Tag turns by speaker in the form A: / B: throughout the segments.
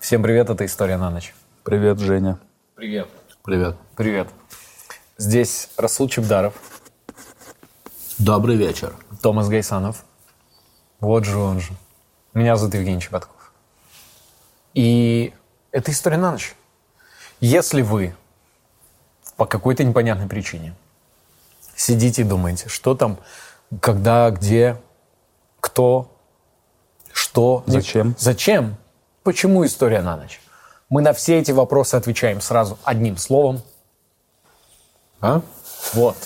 A: Всем привет, это «История на ночь».
B: Привет, Женя.
A: Привет.
C: Привет.
A: Привет. Здесь Расул Чебдаров,
C: Добрый вечер.
A: Томас Гайсанов. Вот же он же. Меня зовут Евгений Чеботков. И это «История на ночь». Если вы по какой-то непонятной причине сидите и думаете, что там, когда, где, кто, что,
B: Зачем?
A: зачем, почему «История на ночь». Мы на все эти вопросы отвечаем сразу одним словом –
C: А?
A: вот.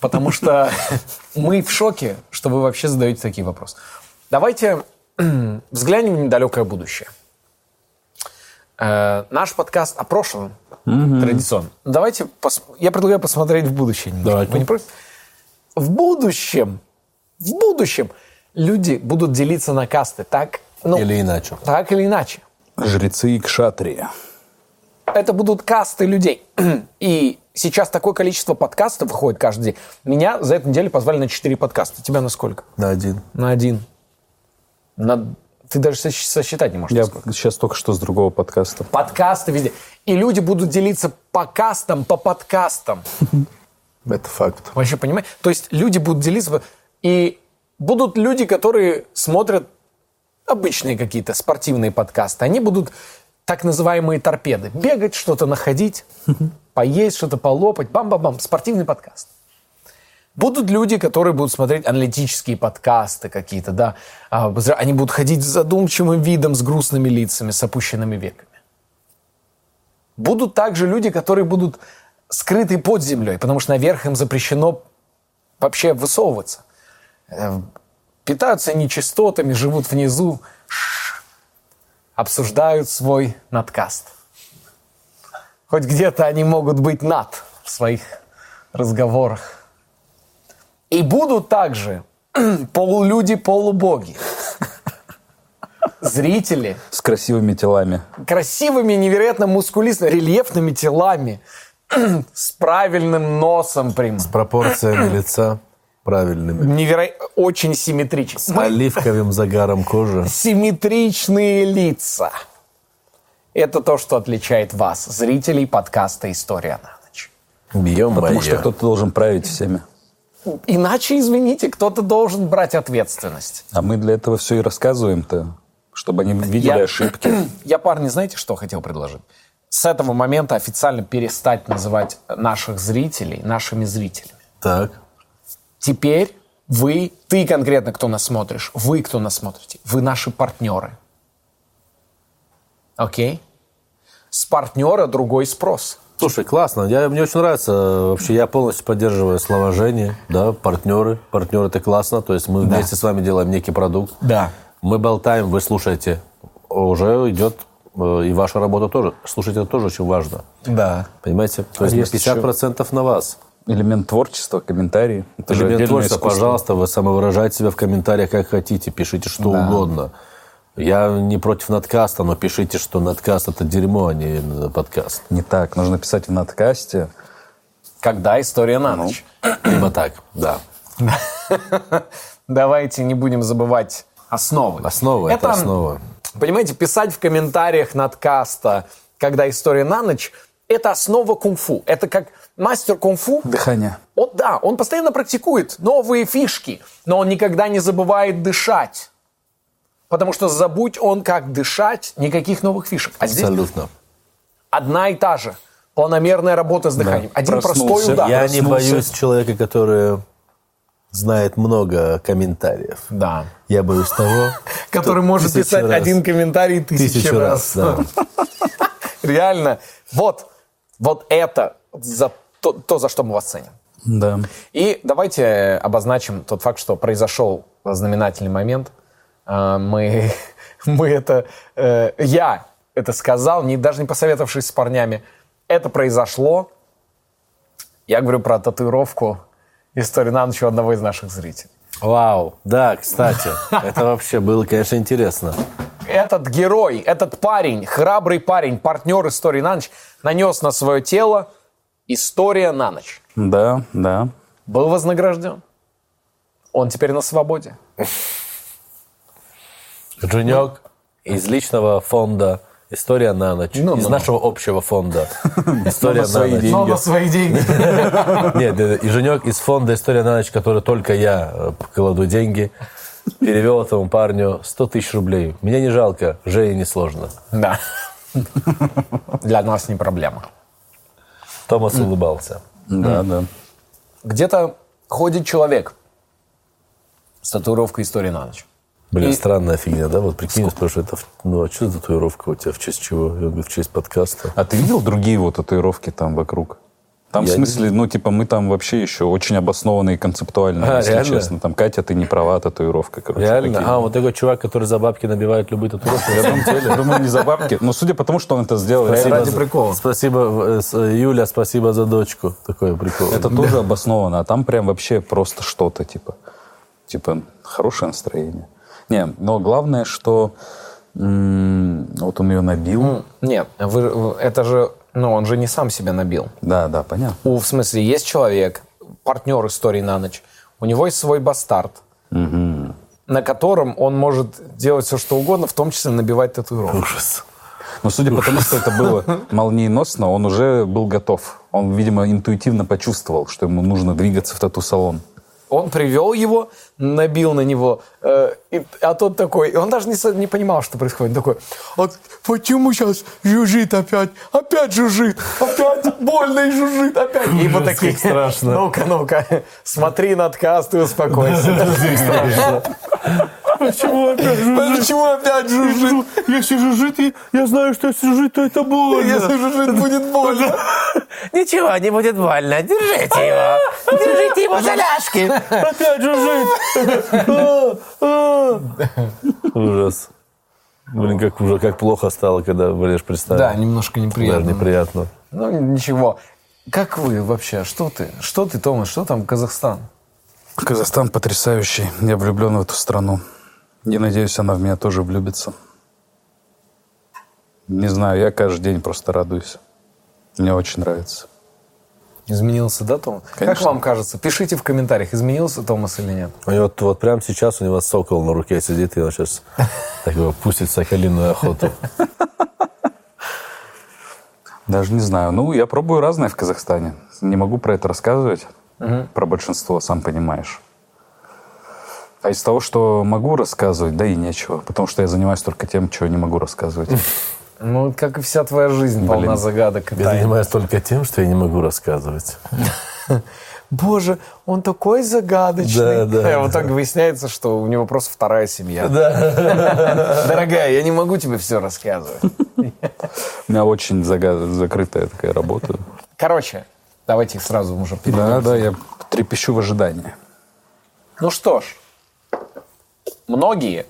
A: Потому что мы в шоке, что вы вообще задаете такие вопросы. Давайте взглянем в недалекое будущее. Э, наш подкаст о прошлом традиционно. Давайте пос- я предлагаю посмотреть в будущее. немножко.
C: Давайте.
A: Вы не против? В будущем, в будущем люди будут делиться на касты так, ну,
C: Или иначе.
A: так или иначе
B: Жрецы и кшатрии.
A: это будут касты людей. И сейчас такое количество подкастов выходит каждый день. Меня за эту неделю позвали на 4 подкаста. Тебя на сколько?
C: На один.
A: На один. На... Ты даже сосч- сосчитать не можешь.
B: Я
A: на сколько.
B: сейчас только что с другого подкаста.
A: Подкасты везде. И люди будут делиться по кастам, по подкастам.
C: Это факт.
A: Вообще, понимаешь? То есть люди будут делиться. И будут люди, которые смотрят обычные какие-то спортивные подкасты. Они будут так называемые торпеды. Бегать, что-то находить, поесть, что-то полопать. Бам-бам-бам. Спортивный подкаст. Будут люди, которые будут смотреть аналитические подкасты какие-то, да. А, обозра- Они будут ходить с задумчивым видом, с грустными лицами, с опущенными веками. Будут также люди, которые будут скрыты под землей, потому что наверх им запрещено вообще высовываться. Э, Питаются нечистотами, живут внизу, Ш-ш-ш. обсуждают свой надкаст. Хоть где-то они могут быть над в своих разговорах. И будут также полулюди, полубоги. Зрители,
B: С красивыми телами.
A: красивыми, невероятно мускулистыми, рельефными телами, с правильным носом прям,
C: Пропорциями лица правильными.
A: неверо... очень симметричным. Мы
C: Оливковым загаром кожи.
A: Симметричные лица. Это то, что отличает вас, зрителей подкаста «История на ночь».
C: Бьем
B: Потому что кто-то должен править всеми.
A: Иначе, извините, кто-то должен брать ответственность.
B: А мы для этого все и рассказываем-то, чтобы они видели
A: Я-
B: ошибки.
A: Я, парни, знаете, что хотел предложить? С этого момента официально перестать называть наших зрителей нашими зрителями.
C: Так.
A: Теперь вы, ты конкретно, кто нас смотришь, вы, кто нас смотрите, вы наши партнеры. Окей? С партнера другой спрос.
C: Слушай, классно. Я, мне очень нравится. Вообще, я полностью поддерживаю слова Жени. Да, партнеры. Партнеры, это классно. То есть мы вместе с вами делаем некий продукт.
A: Да.
C: Мы болтаем, вы слушаете. Уже идет э, и ваша работа тоже. Слушать это тоже очень важно.
A: Да.
C: Понимаете? То А есть, на
B: есть
C: 50% на вас.
B: Элемент творчества, комментарии. Это же
C: Элемент
B: отдельное
C: творчества,
B: искусство.
C: пожалуйста, вы самовыражайте себя в комментариях как хотите, пишите что угодно. Я не против надкаста, но пишите, что надкаст это дерьмо, а не подкаст.
B: Не так. Нужно писать в надкасте.
A: Когда история на ночь.
C: Либо так, да.
A: Давайте не будем забывать основы.
C: Основа это, основа.
A: Понимаете, писать в комментариях надкаста, когда история на ночь, это основа кунг-фу. Это как мастер кунг-фу
B: Дыхание.
A: Вот да, он постоянно практикует новые фишки, но он никогда не забывает дышать. Потому что забудь он, как дышать, никаких новых фишек. А здесь
C: Абсолютно.
A: одна и та же. Планомерная работа с дыханием. Один простой
B: Проснулся.
A: удар.
C: Я не
B: проснулся.
C: боюсь человека, который знает много комментариев.
A: Да.
C: Я боюсь того,
A: Который может
C: тысячу
A: писать
C: раз.
A: один комментарий тысячи,
C: тысячу раз. да.
A: Реально. Вот. Вот это за то, то, за что мы вас ценим.
B: Да.
A: И давайте обозначим тот факт, что произошел знаменательный момент. А, Мы, мы это... э, Я это сказал, не, даже не посоветовавшись с парнями. Это произошло. Я говорю про татуировку истории на ночь у одного из наших зрителей.
C: Вау. Да, кстати, это вообще было, конечно, интересно.
A: Этот герой, этот парень, храбрый парень, партнер истории на ночь, нанес на свое тело история на ночь.
B: Да, да.
A: Был вознагражден. Он теперь на свободе.
C: Женек из Ну, личного фонда История на ночь.
B: Ну,
C: Из
B: ну,
C: нашего общего фонда. История
B: на
C: на
B: свои
C: ночь.
A: Но
B: деньги.
A: на свои деньги.
C: Нет, э, Иженек из фонда «История на ночь», который только я э, кладу деньги, перевел этому парню 100 тысяч рублей. Мне не жалко, Жене не сложно.
A: Да. Для нас не проблема.
C: Томас улыбался.
B: Да, да.
A: Где-то ходит человек с татуировкой истории на ночь.
C: Блин,
A: И-
C: странная фигня, да? Вот прикинь, я спрашиваю, это, в- ну а что за татуировка у тебя, в честь чего? Я говорю, в честь подкаста.
B: А ты видел другие вот татуировки там вокруг? Там в
C: Я не
B: смысле, ну, типа, мы там вообще еще очень обоснованные концептуально,
C: А,
B: если
C: реально?
B: честно. Там, Катя, ты не права, татуировка, короче.
C: Реально?
B: такие.
C: А, вот такой чувак, который за бабки набивает любые татуировки.
B: Я думаю, теле- думаю, не за бабки. Но судя по тому, что он это сделал,
A: Спасибо.
B: реально,
A: Ради
C: за-
A: прикола.
C: Спасибо, э, с- э, Юля, спасибо за дочку. Такой прикол.
B: это тоже обосновано. А там прям вообще просто что-то, типа, типа, хорошее настроение. Не, но главное, что м, вот он ее набил.
A: Нет, вы- вы- это же, ну, он же не сам себя набил.
B: Да, да, понятно.
A: У, в смысле, есть человек, партнер истории на ночь, у него есть свой бастард, на котором он может делать все, что угодно, в том числе набивать татуировки.
C: Ужас.
B: Но Ну, судя по тому, что это было молниеносно, он уже был готов. Он, видимо, интуитивно почувствовал, что ему нужно двигаться в тату-салон.
A: Он привел его, набил на него, э, и- а тот такой, и он даже не, со- не понимал, что происходит, Он такой, а почему сейчас жужжит опять, опять жужжит, опять больно и жужжит, опять. и вот
C: Ужас,
A: такие,
C: как страшно.
A: ну-ка, ну-ка, смотри на отказ, ты успокойся.
C: Почему А опять
A: Почему опять жужжит?
C: Если жужжит, я- я знаю, что если жужжит, то это
A: Если жужжит, будет больно.
D: Ничего не будет больно. Держите его. Держите его за ляжки.
C: Опять А, жужжит. Ужас. Блин, как уже как плохо стало, когда Валеш представил.
A: Да, немножко
C: Даже
A: неприятно.
C: неприятно.
A: Ну, ничего. Как вы вообще? Что ты? Что ты, Томас? Что там Казахстан?
B: Казахстан потрясающий. Я влюблен в эту страну. Я надеюсь, она в меня тоже влюбится. Не знаю, я каждый день просто радуюсь. Мне очень нравится.
A: Изменился, да, Томас? Как
B: Конечно.
A: вам кажется? Пишите в комментариях, изменился Томас или нет.
C: И вот, вот прямо сейчас у него сокол на руке сидит, и он сейчас так его пустит в соколиную охоту.
B: Даже не знаю. Ну, я пробую разное в Казахстане. Не могу про это рассказывать. Про большинство, сам понимаешь. А из того, что могу рассказывать, да и нечего. Потому что я занимаюсь только тем, чего не могу рассказывать.
A: Ну, как и вся твоя жизнь полна загадок и
C: Я
A: тайн.
C: занимаюсь только тем, что я не могу рассказывать.
A: Боже, он такой загадочный.
C: Да, да,
A: А В итоге выясняется, что у него просто вторая семья. Дорогая, я не могу тебе все рассказывать.
B: У меня очень зага- закрытая такая работа.
A: Короче, давайте их сразу уже перейдем.
B: Да, да, я трепещу в ожидании.
A: Ну что ж, многие,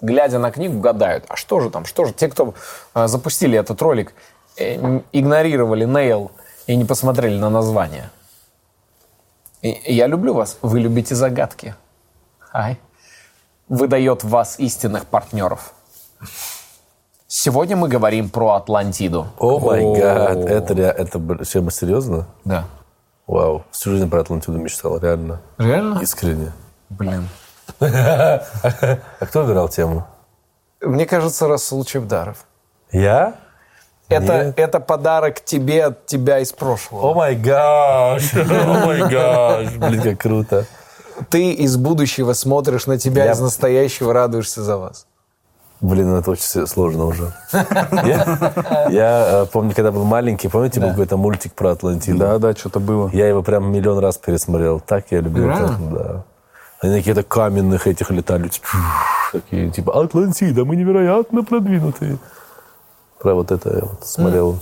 A: глядя на книгу, гадают, а что же там, что же? Те, кто э, запустили этот ролик, э, м, игнорировали Нейл и не посмотрели на название. И- и я люблю вас, вы любите загадки. Ай. Выдает вас истинных партнеров. Сегодня мы говорим про Атлантиду.
C: О май гад, это ре- это б- тема серьезно?
A: Да.
C: Вау, всю жизнь про Атлантиду мечтал, реально.
A: Реально?
C: Искренне.
A: Блин.
C: А кто выбирал тему?
A: Мне кажется, Расул Чебдаров.
C: Я?
A: Это,
C: Нет.
A: это подарок тебе от тебя из прошлого.
C: О май гаш, о май гаш. Блин, как круто.
A: Ты из будущего смотришь на тебя,
C: Я-
A: из настоящего радуешься за вас.
C: Блин, это очень се- сложно уже. Я, я, э, помню, когда был маленький, помните, был какой-то мультик про Атлантиду?
B: Да, да, что-то было.
C: Я его прям миллион раз пересмотрел. Так я люблю это. Да. Они на каких-то каменных этих летали. типа, пф, Такие, типа, Атлантида, мы невероятно продвинутые. Про вот это я вот смотрел.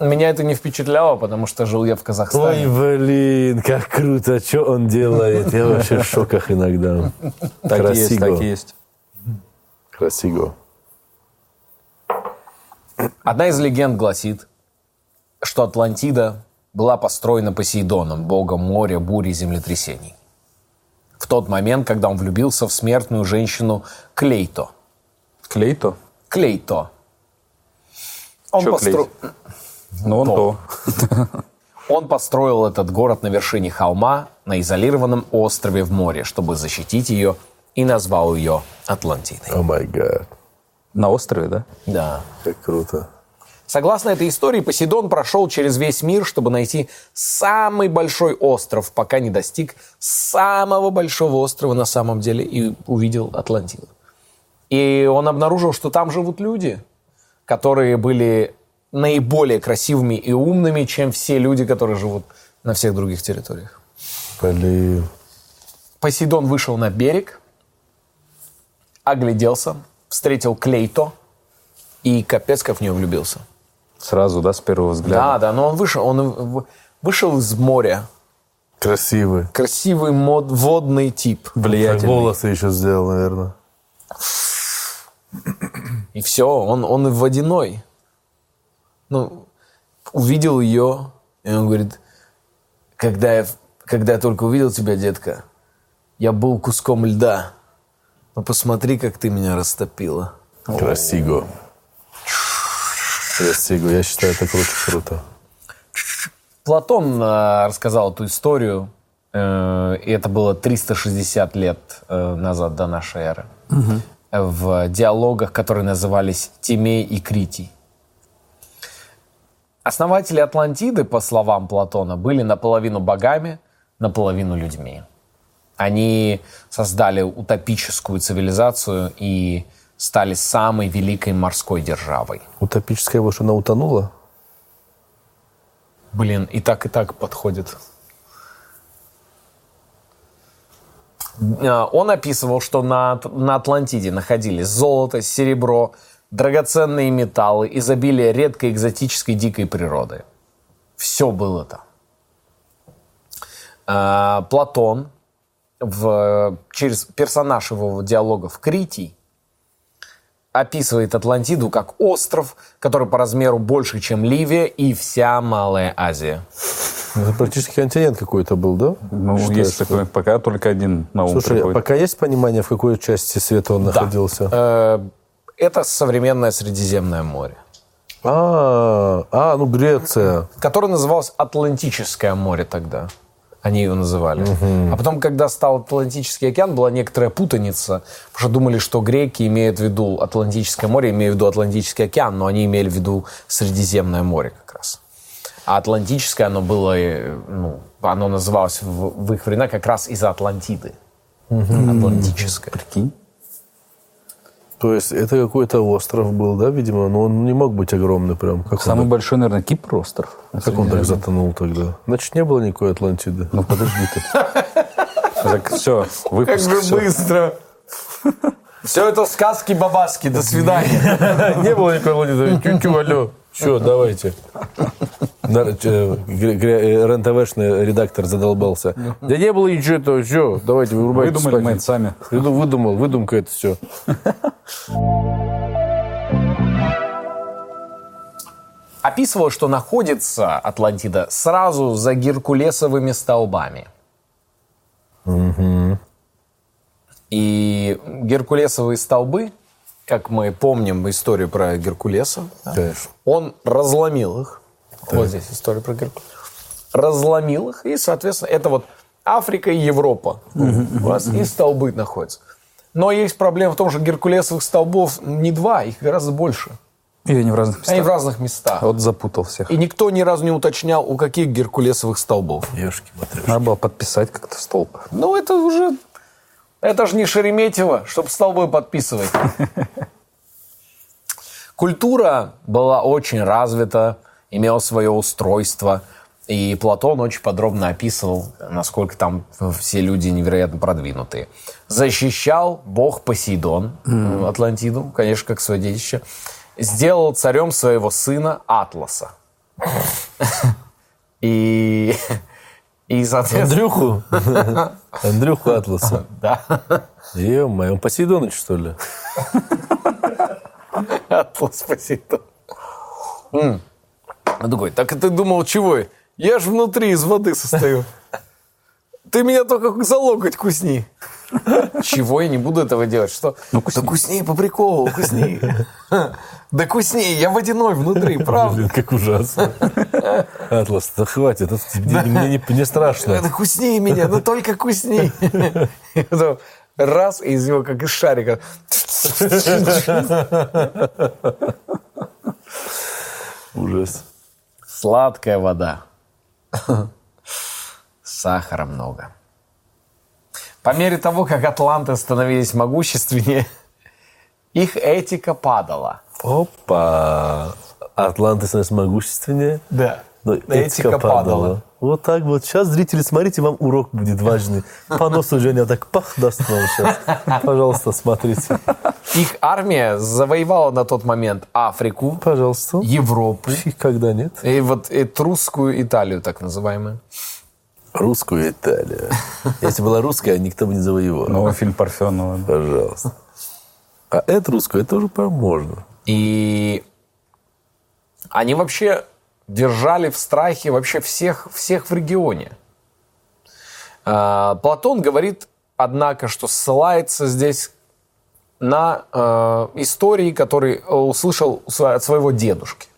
A: Меня это не впечатляло, потому что жил я в
C: Ой,
A: Казахстане.
C: блин, как круто, что он делает. Я вообще в шоках иногда.
B: Так и есть,
C: Красиво.
B: так и есть.
C: Красиво.
A: Одна из легенд гласит, что Атлантида была построена Посейдоном, богом моря, бури, землетрясений. В тот момент, когда он влюбился в смертную женщину Клейто.
B: Клей-то?
A: Клейто. Он,
B: Чё
A: постро-
B: клеить? Ну, он то.
A: он построил этот город на вершине холма, на изолированном острове в море, чтобы защитить ее, и назвал ее Атлантидой.
C: О май гад.
B: На острове, да?
A: Да.
C: Как круто.
A: Согласно этой истории, Посейдон прошел через весь мир, чтобы найти самый большой остров, пока не достиг самого большого острова на самом деле и увидел Атлантиду. И он обнаружил, что там живут люди, которые были наиболее красивыми и умными, чем все люди, которые живут на всех других территориях.
C: Блин.
A: Посейдон вышел на берег, огляделся, встретил Клейто и капец как в нее влюбился.
B: Сразу, да, с первого взгляда?
A: Да, да, но он вышел, он в- вышел из моря,
C: Красивый.
A: красивый мод, водный тип,
C: Как волосы еще сделал, наверное.
A: и все, он, он водяной. Ну, увидел ее, и он говорит, когда я, в- когда я только увидел тебя, детка, я был куском льда, но посмотри, как ты меня растопила.
C: Красиво. Красиво. Я считаю, это круто, круто.
A: Платон э, рассказал эту историю, э, и это было 360 лет э, назад до нашей эры, Э, в диалогах, которые назывались Тимей и Критий. Основатели Атлантиды, по словам Платона, были наполовину богами, наполовину людьми. Они создали утопическую цивилизацию и стали самой великой морской державой.
C: Утопическая его, что она утонула?
A: Блин, и так, и так подходит. А, Он описывал, что на, Ат- на Атлантиде находились золото, серебро, драгоценные металлы, изобилие редкой экзотической дикой природы. Все было там. А, Платон в, через персонаж его диалогов Критий описывает Атлантиду как остров, который по размеру больше, чем Ливия и вся Малая Азия.
C: Это практически континент какой-то был, да?
B: Ну, есть такой, пока только один на ум
C: Слушай,
B: приходит.
C: пока есть понимание, в какой части света он находился?
A: Э, Это современное Средиземное море,
C: А, а, ну Греция.
A: которое называлось Атлантическое море тогда. Они ее называли. А потом, когда стал Атлантический океан, была некоторая путаница, потому что думали, что греки имеют в виду Атлантическое море, имеют в виду Атлантический океан, но они имели в виду Средиземное море как раз. А Атлантическое, оно было, э, ну, оно называлось в, в их времена как раз из-за Атлантиды. Атлантическое.
B: Прикинь.
C: То есть это какой-то остров был, да, видимо? Но он не мог быть огромный прям. Как
B: Самый
C: он,
B: большой, наверное, Кипр остров.
C: как он так затонул тогда? Значит, не было никакой Атлантиды.
B: Ну, подожди ты. Так, все,
A: Как
B: выпуск.
A: же
B: всё.
A: быстро. Все это сказки бабаски. До свидания.
C: Не было никакой Атлантиды. Тю-тю, алло. Все, давайте. На- э, гре- гре- э, РЕН-ТВшный редактор задолбался. Да не было ничего этого, все, давайте вырубайте
B: Выдумали
C: спать.
B: мы это сами.
C: Выду- Ну, Выдумал, выдумка это все.
A: Описывал, что находится Атлантида сразу за геркулесовыми столбами. И геркулесовые столбы, как мы помним историю про Геркулеса, да,
C: Конечно.
A: он разломил их. Вот здесь история про Геркулеса. Разломил их, и, соответственно, это вот Африка и Европа. У вас и столбы находятся. Но есть проблема в том, что геркулесовых столбов не два, их гораздо больше.
B: И они в разных
A: Они в
B: местах.
A: разных местах.
B: Вот запутал всех.
A: И никто ни разу не уточнял, у каких геркулесовых столбов.
C: Ешки, матрешки.
B: Надо было подписать как-то столб.
A: Ну, это уже... Это же не Шереметьево, чтобы столбы подписывать. Культура была очень развита, имела свое устройство. И Платон очень подробно описывал, насколько там все люди невероятно продвинутые. Защищал бог Посейдон э, Атлантиду, конечно, как свое детище. Сделал царем своего сына Атласа. И, и соответственно,
C: Андрюху? Андрюху Атласа.
A: да.
C: Е-мое, он Посейдоныч, что ли?
A: Атлас Посейдон. М. Он такой, так и ты думал, чего? я? Я же внутри из воды состою. Ты меня только за локоть кусни. Чего я не буду этого делать? Что?
B: Ну, кусни.
A: Да кусни по приколу, кусни. Да кусни, я водяной внутри, правда.
C: Блин, как ужасно. Атлас, да хватит, это тебе- мне не- не страшно.
A: Да кусни меня, ну только кусни. Я думаю, раз, и из него, как из шарика.
C: Ужас.
A: Сладкая вода. Сахара много. По мере того, как атланты становились могущественнее, их этика падала.
C: Опа! Атланты становятся могущественнее.
A: Да.
C: Но этика, падала. Вот так вот. Сейчас, зрители, смотрите, вам урок будет важный. По носу Женя так пах даст вам сейчас. Пожалуйста, смотрите.
A: Их армия завоевала на тот момент Африку,
C: Пожалуйста.
A: Европу
C: Когда нет.
A: и вот этрусскую Италию, так называемую.
C: Русскую Италию. Если была русская, никто бы не завоевал.
A: Ну.
B: Новый фильм
C: Э,
B: Парфенова.
C: Пожалуйста. А это русское тоже, по-моему, можно.
A: И они вообще держали в страхе вообще всех, всех в регионе. А, Платон говорит, однако, что ссылается здесь на э, истории, которые э, услышал сво- от своего дедушки.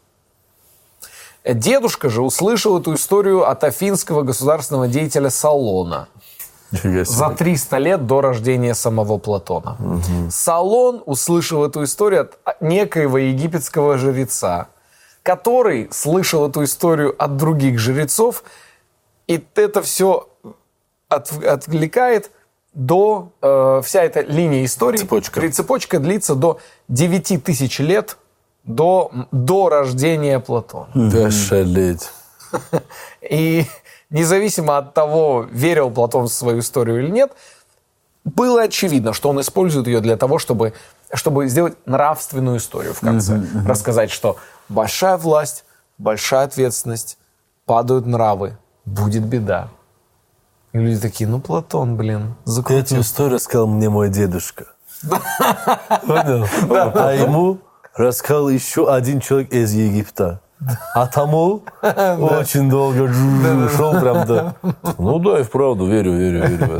A: Дедушка же услышал эту историю от афинского государственного деятеля Салона –
C: Нифига себе.
A: за 300 лет до рождения самого Платона. Салон услышал эту историю от некоего египетского жреца, который слышал эту историю от других жрецов, и это все от- отвлекает до... э, вся эта линия истории...
C: Цепочка.
A: При- Цепочка длится до 9 тысяч лет до, до рождения Платона.
C: Да шалеть.
A: И независимо от того, верил Платон в свою историю или нет, было очевидно, что он использует ее для того, чтобы, чтобы сделать нравственную историю в конце. Рассказать, что большая власть, большая ответственность, падают нравы, будет беда. И люди такие, ну, Платон, блин, закрутил.
C: Эту историю рассказал мне мой дедушка. Понял? А ему рассказал еще один человек из Египта. А тому очень долго шел прям до... Ну да, и вправду, верю, верю, верю в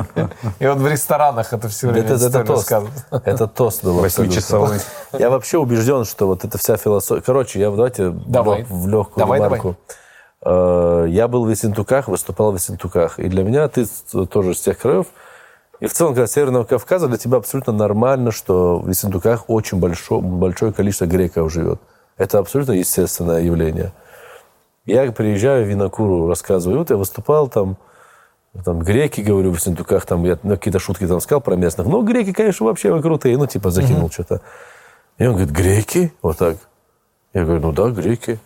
C: это.
A: И вот в ресторанах это все время
C: Это, это
A: историю
C: тост.
A: рассказывают.
C: Это тост был. абсолютно.
B: Восьмичасовой.
C: Я вообще убежден, что вот эта вся философия... Короче, я давайте
A: Давай.
C: в легкую
A: Давай,
C: ремарку. Э, Я был в Ессентуках, выступал в Ессентуках. И для меня ты с- э, тоже с тех краев. И в целом, когда Северного Кавказа, для тебя абсолютно нормально, что в Ессентуках очень большое, большое количество греков живет. Это абсолютно естественное явление. Я приезжаю в Винокуру, рассказываю. И вот я выступал там, там греки, говорю, в Сентуках, там я ну, какие-то шутки там сказал про местных. Но греки, конечно, вообще вы крутые. Ну, типа, закинул что-то. И он говорит, греки? Вот так. Я говорю, ну да, греки.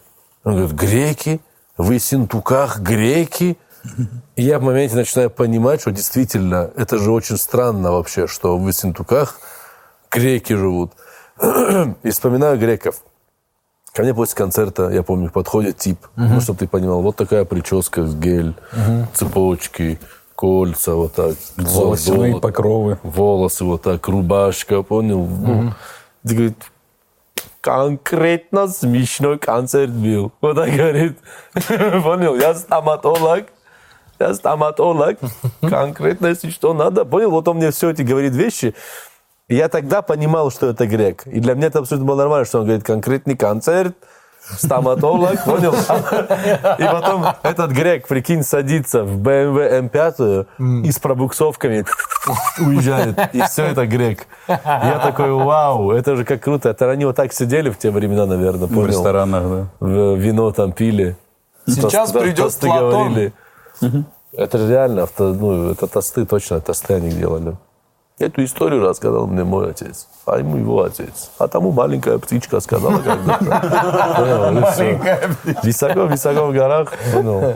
C: Он говорит, греки? Вы в Сентуках греки? И я в моменте начинаю понимать, что действительно, это же очень странно вообще, что в Сентуках греки живут. И вспоминаю греков. Ко мне после концерта, я помню, подходит тип. Ну, чтобы ты понимал, вот такая прическа, гель, цепочки, кольца, вот так.
B: Волосяные
C: золото,
B: покровы.
C: Волосы вот так, рубашка, понял? Ну, ты, говорит, конкретно смешной концерт така был. Вот так говорит. Понял, я стоматолог. Я стоматолог. Конкретно, если что надо. Понял, вот он мне все эти говорит вещи. И Я тогда понимал, что это грек. И для меня это абсолютно было нормально, что он говорит конкретный концерт, стоматолог, понял? И потом этот грек, прикинь, садится в эм BMW M5 и с пробуксовками уезжает. И все это грек. Я такой, вау, это же как круто. Это они вот так сидели в те времена, наверное,
B: В
C: понял?
B: ресторанах, да.
C: В- Вино там пили.
A: Сейчас
C: Тос-
A: придет
C: Ну, тосты
A: Платон.
C: говорили. Это же реально, авто- ну, это тосты, точно тосты они делали. Эту историю рассказал мне мой отец, а ему его отец. А тому маленькая птичка сказала когда-то. Понял, и всё. Высоко, высоко в горах. понял.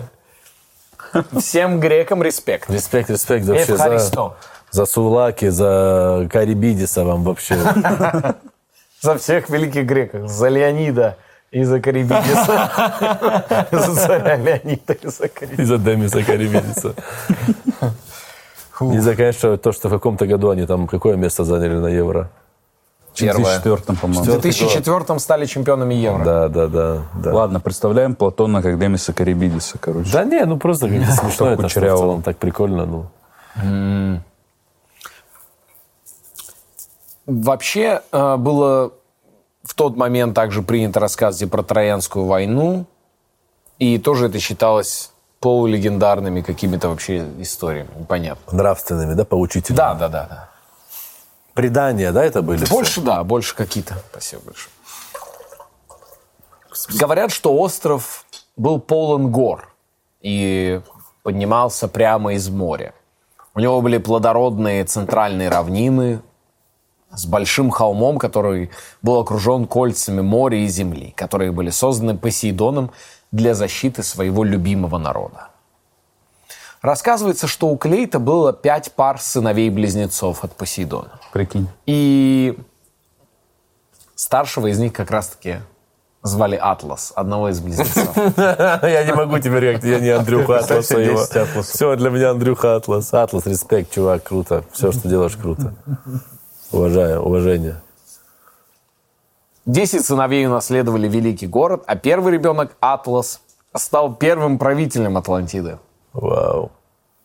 A: Всем грекам респект.
C: Респект, респект вообще за,
A: Эвхаристо.
C: за Сувлаки, за Карибидиса вам вообще.
A: За всех великих греков. За Леонида и за Карибидиса. За царя Леонида и за Карибидиса.
C: И за Демиса Карибидиса. И за, конечно, то, что в каком-то году они там какое место заняли на Евро.
B: В 2004
A: В
B: по-моему.
A: 2004 стали чемпионами Евро.
C: Да, да, да. да.
B: Ладно, представляем Платона как Демиса Карибидиса, короче.
C: Да не, ну просто как-то смешно это, что в
B: кучеряво.
C: целом так прикольно, ну.
A: Вообще э, было в тот момент также принято рассказывать и про Троянскую войну. И тоже это считалось полулегендарными какими-то вообще историями. Непонятно.
C: Нравственными, да, поучительными?
A: Да, да, да. да.
C: Предания, да, это были? все?
A: Больше, да, больше какие-то. Спасибо большое. Говорят, что остров был полон гор и поднимался прямо из моря. У него были плодородные центральные равнины с большим холмом, который был окружен кольцами моря и земли, которые были созданы Посейдоном для защиты своего любимого народа. Рассказывается, что у Клейта было пять пар сыновей-близнецов от Посейдона.
B: Прикинь.
A: И старшего из них как раз-таки звали Атлас, одного из близнецов.
C: Я не могу теперь реагировать, я не Андрюха Атлас. а его. Все, для меня Андрюха Атлас. Атлас, респект, чувак, круто. Все, что делаешь, круто. Уважаю, уважение.
A: Десять сыновей унаследовали великий город, а первый ребенок, Атлас, стал первым правителем Атлантиды.
C: Вау.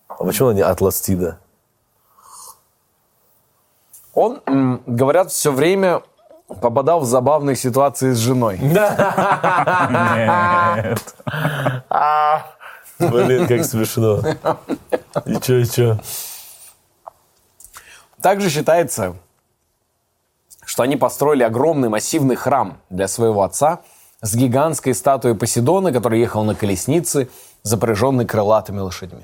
C: А почему она не Атластида?
A: Он, м, говорят, все время попадал в забавные ситуации с женой.
B: Нет.
C: Блин, как смешно. И чё, и чё?
A: Также считается, что они построили огромный массивный храм для своего отца с гигантской статуей Посейдона, который ехал на колеснице, запряженной крылатыми лошадьми.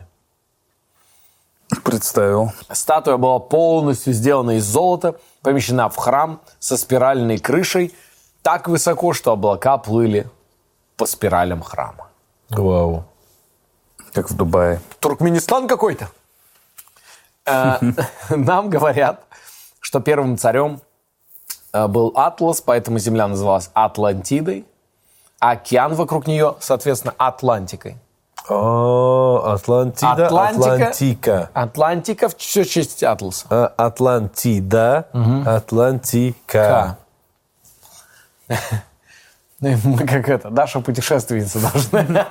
B: Представил.
A: Статуя была полностью сделана из золота, помещена в храм со спиральной крышей так высоко, что облака плыли по спиралям храма.
C: Вау.
B: Как в Дубае.
A: Туркменистан какой-то. Э, Нам говорят, что первым царем э, был Атлас, поэтому земля называлась Атлантидой, а океан вокруг нее, соответственно, Атлантикой.
C: О, А, Атлантида,
A: Атлантика.
C: Атлантика.
A: Атлантика в все честь Атласа.
C: А, Атлантида, Атлантика.
A: К. Ну, и Мы как это, Даша путешественница должна.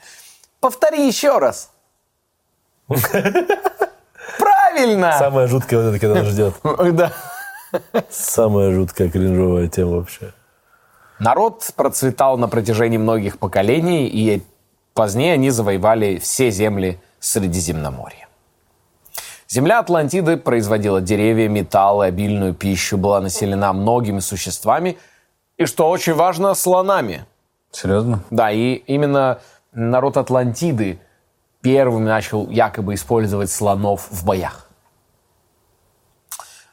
A: Повтори еще раз. Правильно!
C: Самое жуткое вот это, когда нас ждет.
A: Ой, да.
C: Самая жуткая кринжовая тема вообще.
A: Народ процветал на протяжении многих поколений, и позднее они завоевали все земли Средиземноморья. Земля Атлантиды производила деревья, металлы, обильную пищу, была населена многими существами и, что очень важно, слонами.
B: Серьезно?
A: Да, и именно народ Атлантиды первым начал якобы использовать слонов в боях.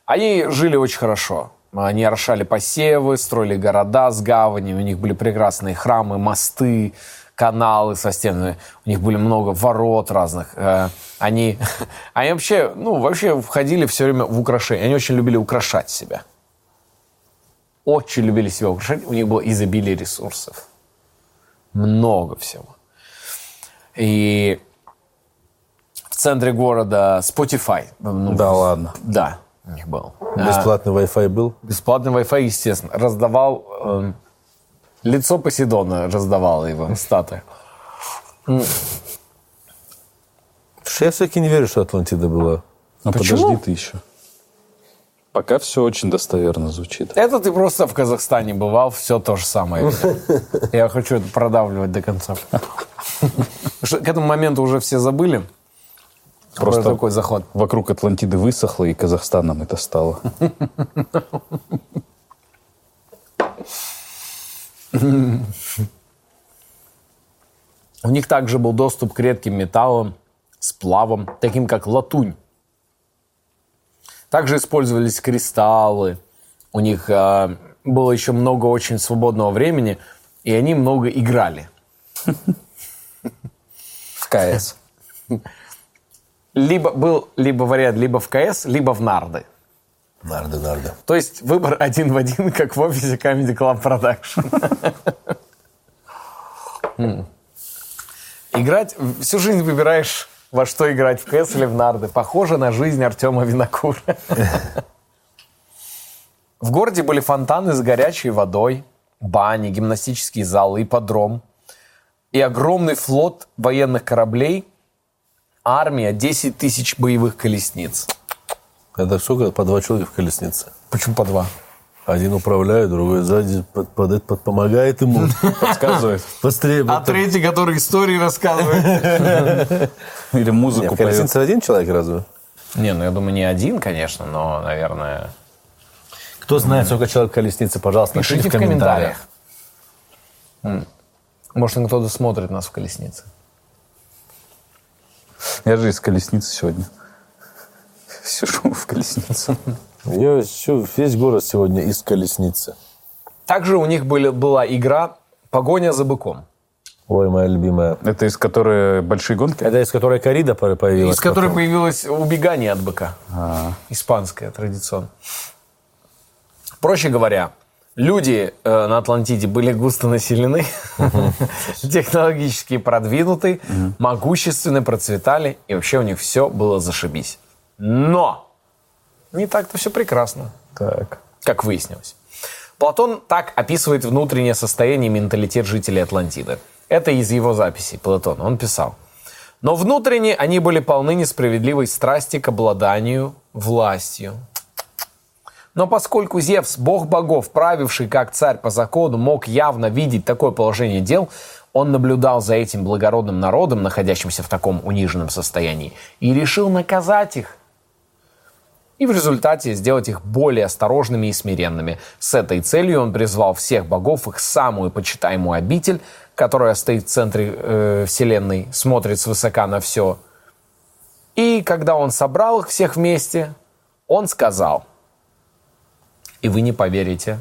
A: Они жили очень хорошо. Они орошали посевы, строили города с гаванью, у них были прекрасные храмы, мосты, каналы со стенами, у них были много ворот разных. Э, Они, они вообще, ну, вообще входили все время в украшения. Они очень любили украшать себя. Очень любили себя украшать. У них было изобилие ресурсов. Много всего. И в центре города Spotify. Ну,
B: Да ладно.
A: Да, у них был.
C: Бесплатный Wi-Fi был?
A: Бесплатный Wi-Fi, естественно. Раздавал эм, лицо Посейдона, раздавала его статуя.
C: Слушай, Я все-таки не верю, что Атлантида была.
B: А
A: Почему?
B: подожди ты еще. Пока все очень достоверно звучит.
A: Это ты просто в Казахстане бывал, все то же самое. Я хочу это продавливать до конца. Что К этому моменту уже все забыли. Просто
B: Просто-
A: такой заход.
B: Вокруг Атлантиды высохло, и Казахстаном это стало.
A: У них также был доступ к редким металлам, сплавам, таким как латунь. Также использовались кристаллы. У них э, было еще много очень свободного времени, и они много играли. В КС. Либо был либо вариант либо в КС, либо в нарды.
C: Нарды, нарды.
A: То есть выбор один в один, как в офисе Comedy Club Production. М. Играть... в- Всю жизнь выбираешь, во что играть, в КС или в нарды. Похоже на жизнь Артема Винокура. В городе были фонтаны с горячей водой, бани, гимнастические залы, ипподром. И огромный флот военных кораблей, армия, 10 тысяч боевых колесниц.
C: Это сколько? По два человека в колеснице.
A: Почему по два?
C: Один управляет, другой сзади под, под, под- помогает ему.
B: Подсказывает.
C: Быстрее.
A: А третий, который истории рассказывает.
B: Или
C: Нет,
B: музыку
C: в «Каре
B: поет.
C: Синцер» один человек разве?
D: Не, ну я думаю, не один, конечно, но, наверное...
C: Кто знает, сколько человек колесницы, пожалуйста,
A: Пишите в комментариях. М. Может, он кто-то смотрит нас в колеснице.
B: Я же из колесницы сегодня. Сижу в колеснице.
C: Я всю- весь город сегодня из колесницы.
A: Также у них были, была игра «Погоня за быком»,
C: Ой, моя любимая.
B: Это из которой большие гонки?
C: Это из которой корида по- появилась.
A: из которой
C: потом.
A: появилось убегание от быка. Испанское, традиционно. Проще говоря, люди э, на Атлантиде были густо населены, технологически продвинуты, могущественны, процветали, и вообще у них все было зашибись. Но не так-то все прекрасно.
B: Так.
A: как выяснилось. Платон так описывает внутреннее состояние и менталитет жителей Атлантиды. Это из его записей Платона. Он писал. Но внутренне они были полны несправедливой страсти к обладанию властью. Но поскольку Зевс, бог богов, правивший как царь по закону, мог явно видеть такое положение дел, он наблюдал за этим благородным народом, находящимся в таком униженном состоянии, и решил наказать их и в результате сделать их более осторожными и смиренными. С этой целью он призвал всех богов их самую почитаемую обитель, которая стоит в центре э, вселенной, смотрит свысока на все. И когда он собрал их всех вместе, он сказал, и вы не поверите,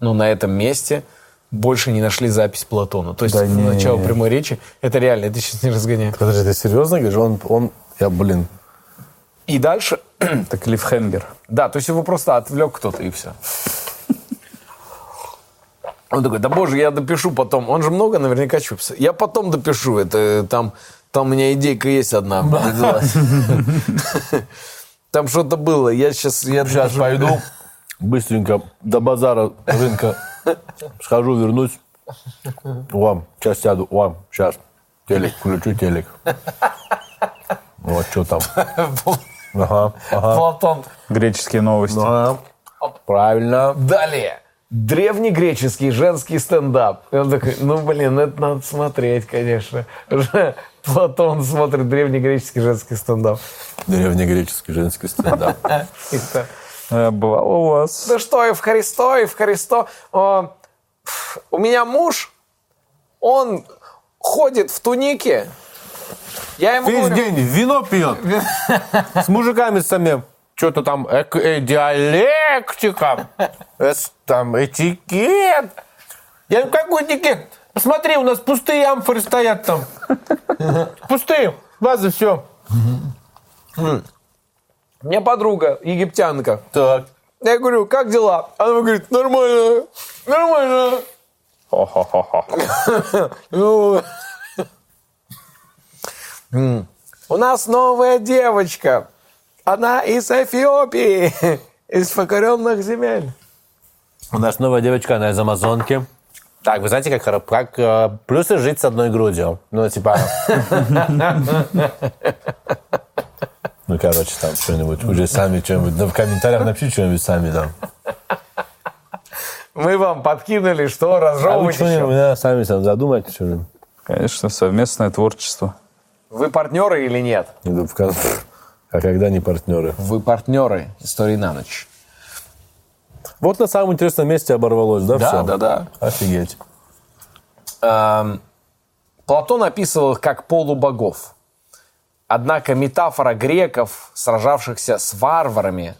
A: но на этом месте больше не нашли запись Платона. То есть
B: Да не.
A: начало прямой речи, это реально, это сейчас не разгоняю.
C: Подожди, ты серьезно говоришь? Он, он, я, блин,
A: И дальше,
B: Это клиффхенгер.
A: Да, то есть его просто отвлек кто-то и все. Он такой, да боже, я допишу потом. Он же много наверняка чупса. Я потом допишу это. э, Там, там у меня идейка есть одна. родилась». Там что-то было. Я сейчас... Я
C: сейчас пойду быстренько до базара рынка схожу, вернусь. Вам, сейчас сяду, вам, сейчас. Телек, включу телек. Вот что там. Ага, ага.
A: Платон.
B: Греческие новости.
C: ага. Правильно.
A: Далее. Древнегреческий женский стендап. И он такой, ну блин, это надо смотреть, конечно. Платон смотрит древнегреческий женский стендап.
C: Древнегреческий женский стендап.
A: Это-
B: Э, Бывало у вас.
A: Да «Ну что и в Христо, и в Христо. О, пф, у меня муж, он ходит в тунике. Я ему
C: Весь
A: говорю,
C: день вино пьет. С мужиками сами. Что-то там эк- э, диалектика. эс- Там этикет. Я говорю, какой этикет? Посмотри, у нас пустые амфоры стоят там. Пустые. Вазы все.
A: у меня подруга, египтянка.
C: Так.
A: Я говорю, как дела? Она мне говорит, нормально, нормально. Ну, м, У нас новая девочка. Она из Эфиопии, из покоренных земель.
C: У нас новая девочка, она из Амазонки. Так, вы знаете, как, хоро- как э, плюсы жить с одной грудью? Ну, типа... Ну, короче, там что-нибудь. Уже сами что-нибудь. Да в комментариях напишите что-нибудь сами там.
A: Мы вам подкинули, что
C: А вы
A: разжевывать еще.
C: что-нибудь да, сами там задумайте что-нибудь.
B: Конечно, совместное творчество.
A: Вы партнеры или нет?
C: И да ну, в кон- А когда не партнеры?
A: Вы партнеры истории на ночь.
C: Вот на самом интересном месте оборвалось, да,
A: Да,
C: всё?
A: да, да.
C: Офигеть.
A: Эм, Платон описывал их как полубогов. Однако метафора греков, сражавшихся с варварами,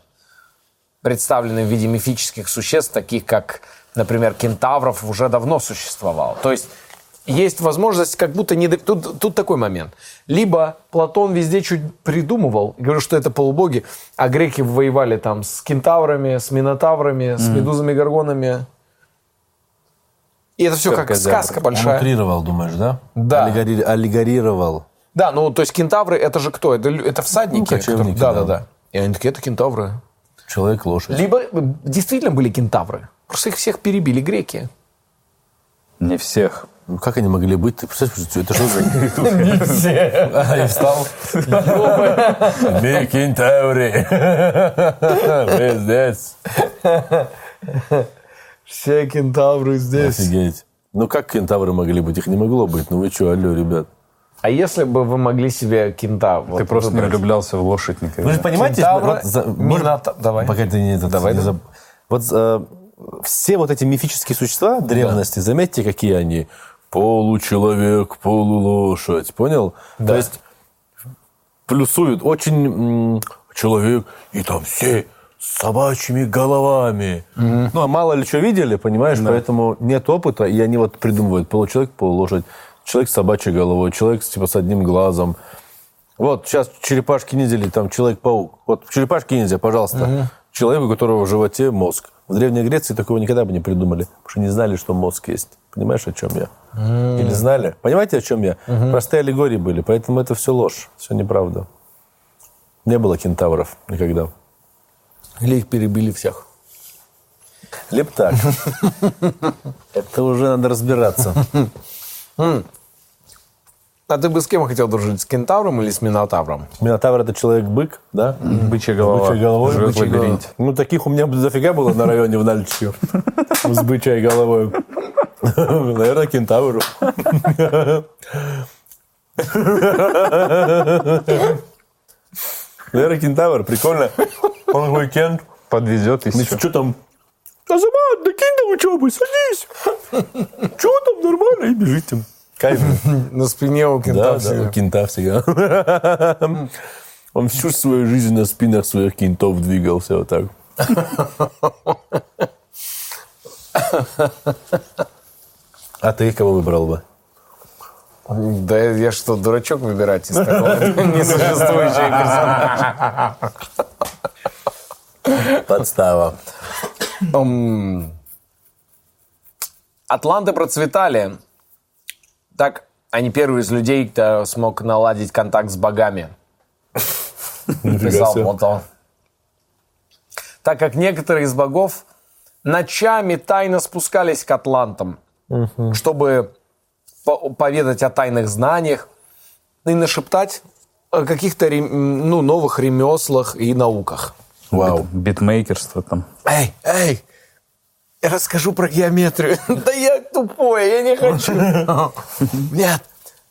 A: представленная в виде мифических существ, таких как, например, кентавров, уже давно существовала. То есть есть возможность как будто не... до- Тут, тут такой момент. Либо Платон везде чуть придумывал, и говорил, что это полубоги, а греки воевали там с кентаврами, с минотаврами, с медузами-горгонами. И это все как
B: Кавказябр.
A: сказка большая.
C: Утрировал, думаешь, да?
A: Да.
C: Аллегори- Аллегорировал.
A: Да, ну то есть кентавры это же кто? Это, лю- это всадники.
C: Ну, кочевники,
A: которые- да, да,
C: да.
A: да. И они такие, это кентавры.
C: Человек-лошадь.
A: Либо э, действительно были кентавры. Просто их всех перебили греки.
B: Не всех.
C: Ну, как они могли быть? Ты представляешь, это что за... А, я встал. Бикентаври. Вы здесь.
A: Все кентавры здесь.
C: Офигеть. Ну как кентавры могли быть? Их не могло быть. Ну вы что, алло, ребят.
A: А если бы вы могли себе кента
B: Ты просто не влюблялся в лошадь
C: Вы же
B: никогда.
C: понимаете,
A: Кентавра,
C: вот за-
A: минота- давай.
C: Пока ты не этот, не заб- Вот э, все вот эти мифические существа древности, заметьте, какие они. Получеловек, полулошадь, понял? То есть плюсуют очень м, человек, и там все с собачьими головами. Ну, а мало ли что видели, понимаешь, поэтому нет опыта, и они вот придумывают получеловек, полулошадь, человек с собачьей головой, человек типа с одним глазом. Вот, сейчас черепашки ниндзя, там Человек-паук. Вот черепашки ниндзя, пожалуйста. Человек, у которого в животе мозг. В Древней Греции такого никогда бы не придумали, потому что не знали, что мозг есть. Понимаешь, о чем я? Или знали? Понимаете, о чем я? Простые аллегории были, поэтому это все ложь, все неправда. Не было кентавров никогда. Или их перебили всех. Либо так. Это уже надо разбираться.
A: А ты бы с кем хотел дружить? С кентавром или с минотавром?
C: Минотавр – это человек-бык, да?
B: Бычья голова.
C: Бычьей головой.
B: Живет в
C: бычьей
B: лабиринте.
C: головой. Ну, таких у меня дофига было на районе в Нальчике. С бычьей головой. Наверное, кентавр. Наверное, кентавр. Прикольно. Он такой кент.
B: Подвезет и всё.
C: Значит, что там? Азамат, да кинь там учебу, садись. Че там, нормально? И бежите. Кайф.
A: На спине у
C: Да,
A: кентавра.
C: да, у кента всегда. Он всю свою жизнь на спинах своих кентов двигался вот так. А ты кого выбрал бы?
A: Да я что, дурачок выбирать из такого несуществующего персонажа?
C: Подстава.
A: М. Атланты процветали. Так они первые из людей, кто смог наладить контакт с богами. Писал Платон. Так как некоторые из богов ночами тайно спускались к атлантам, чтобы по- поведать о тайных знаниях и нашептать о каких-то рем- ну, новых ремеслах и науках.
C: Вау.
B: Битмейкерство там.
A: Эй, эй, я расскажу про геометрию. Да я тупой, я не хочу. Нет,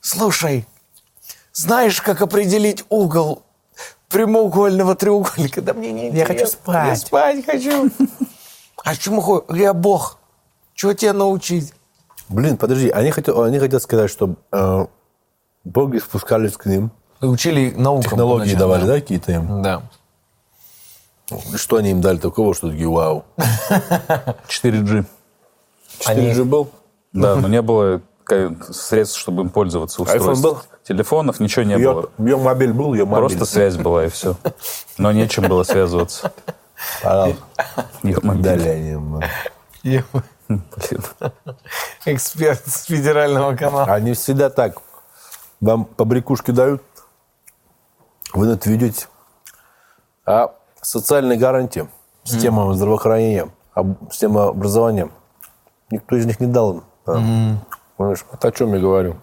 A: слушай, знаешь, как определить угол прямоугольного треугольника? Да мне не Я хочу спать. Я спать хочу. А чему хо- Я бог. Чего тебя научить?
C: Блин, подожди, они хотят, они хотят сказать, что э, боги спускались к ним,
A: Учили наукам.
C: технологии давали, да, какие-то им?
A: Да.
C: Что они им дали такого, что такие, вау.
B: 4G.
C: 4G был?
B: Да, но не было ка- средств, чтобы им пользоваться устройств.
C: был?
B: Телефонов, ничего не
C: Я,
B: было.
C: я мобиль был, я мобиль.
B: Просто связь была и все. Но нечем было связываться.
C: Пора
B: Их мобиль. Хм,
C: удалением.
B: Блин.
A: Эксперт с федерального канала.
C: Они всегда так. Вам по брякушке дают, вы на это ведете. А социальные гарантии, система здравоохранения, об- система образования, никто из них не дал им. А, Понимаешь, вот о чем я говорю.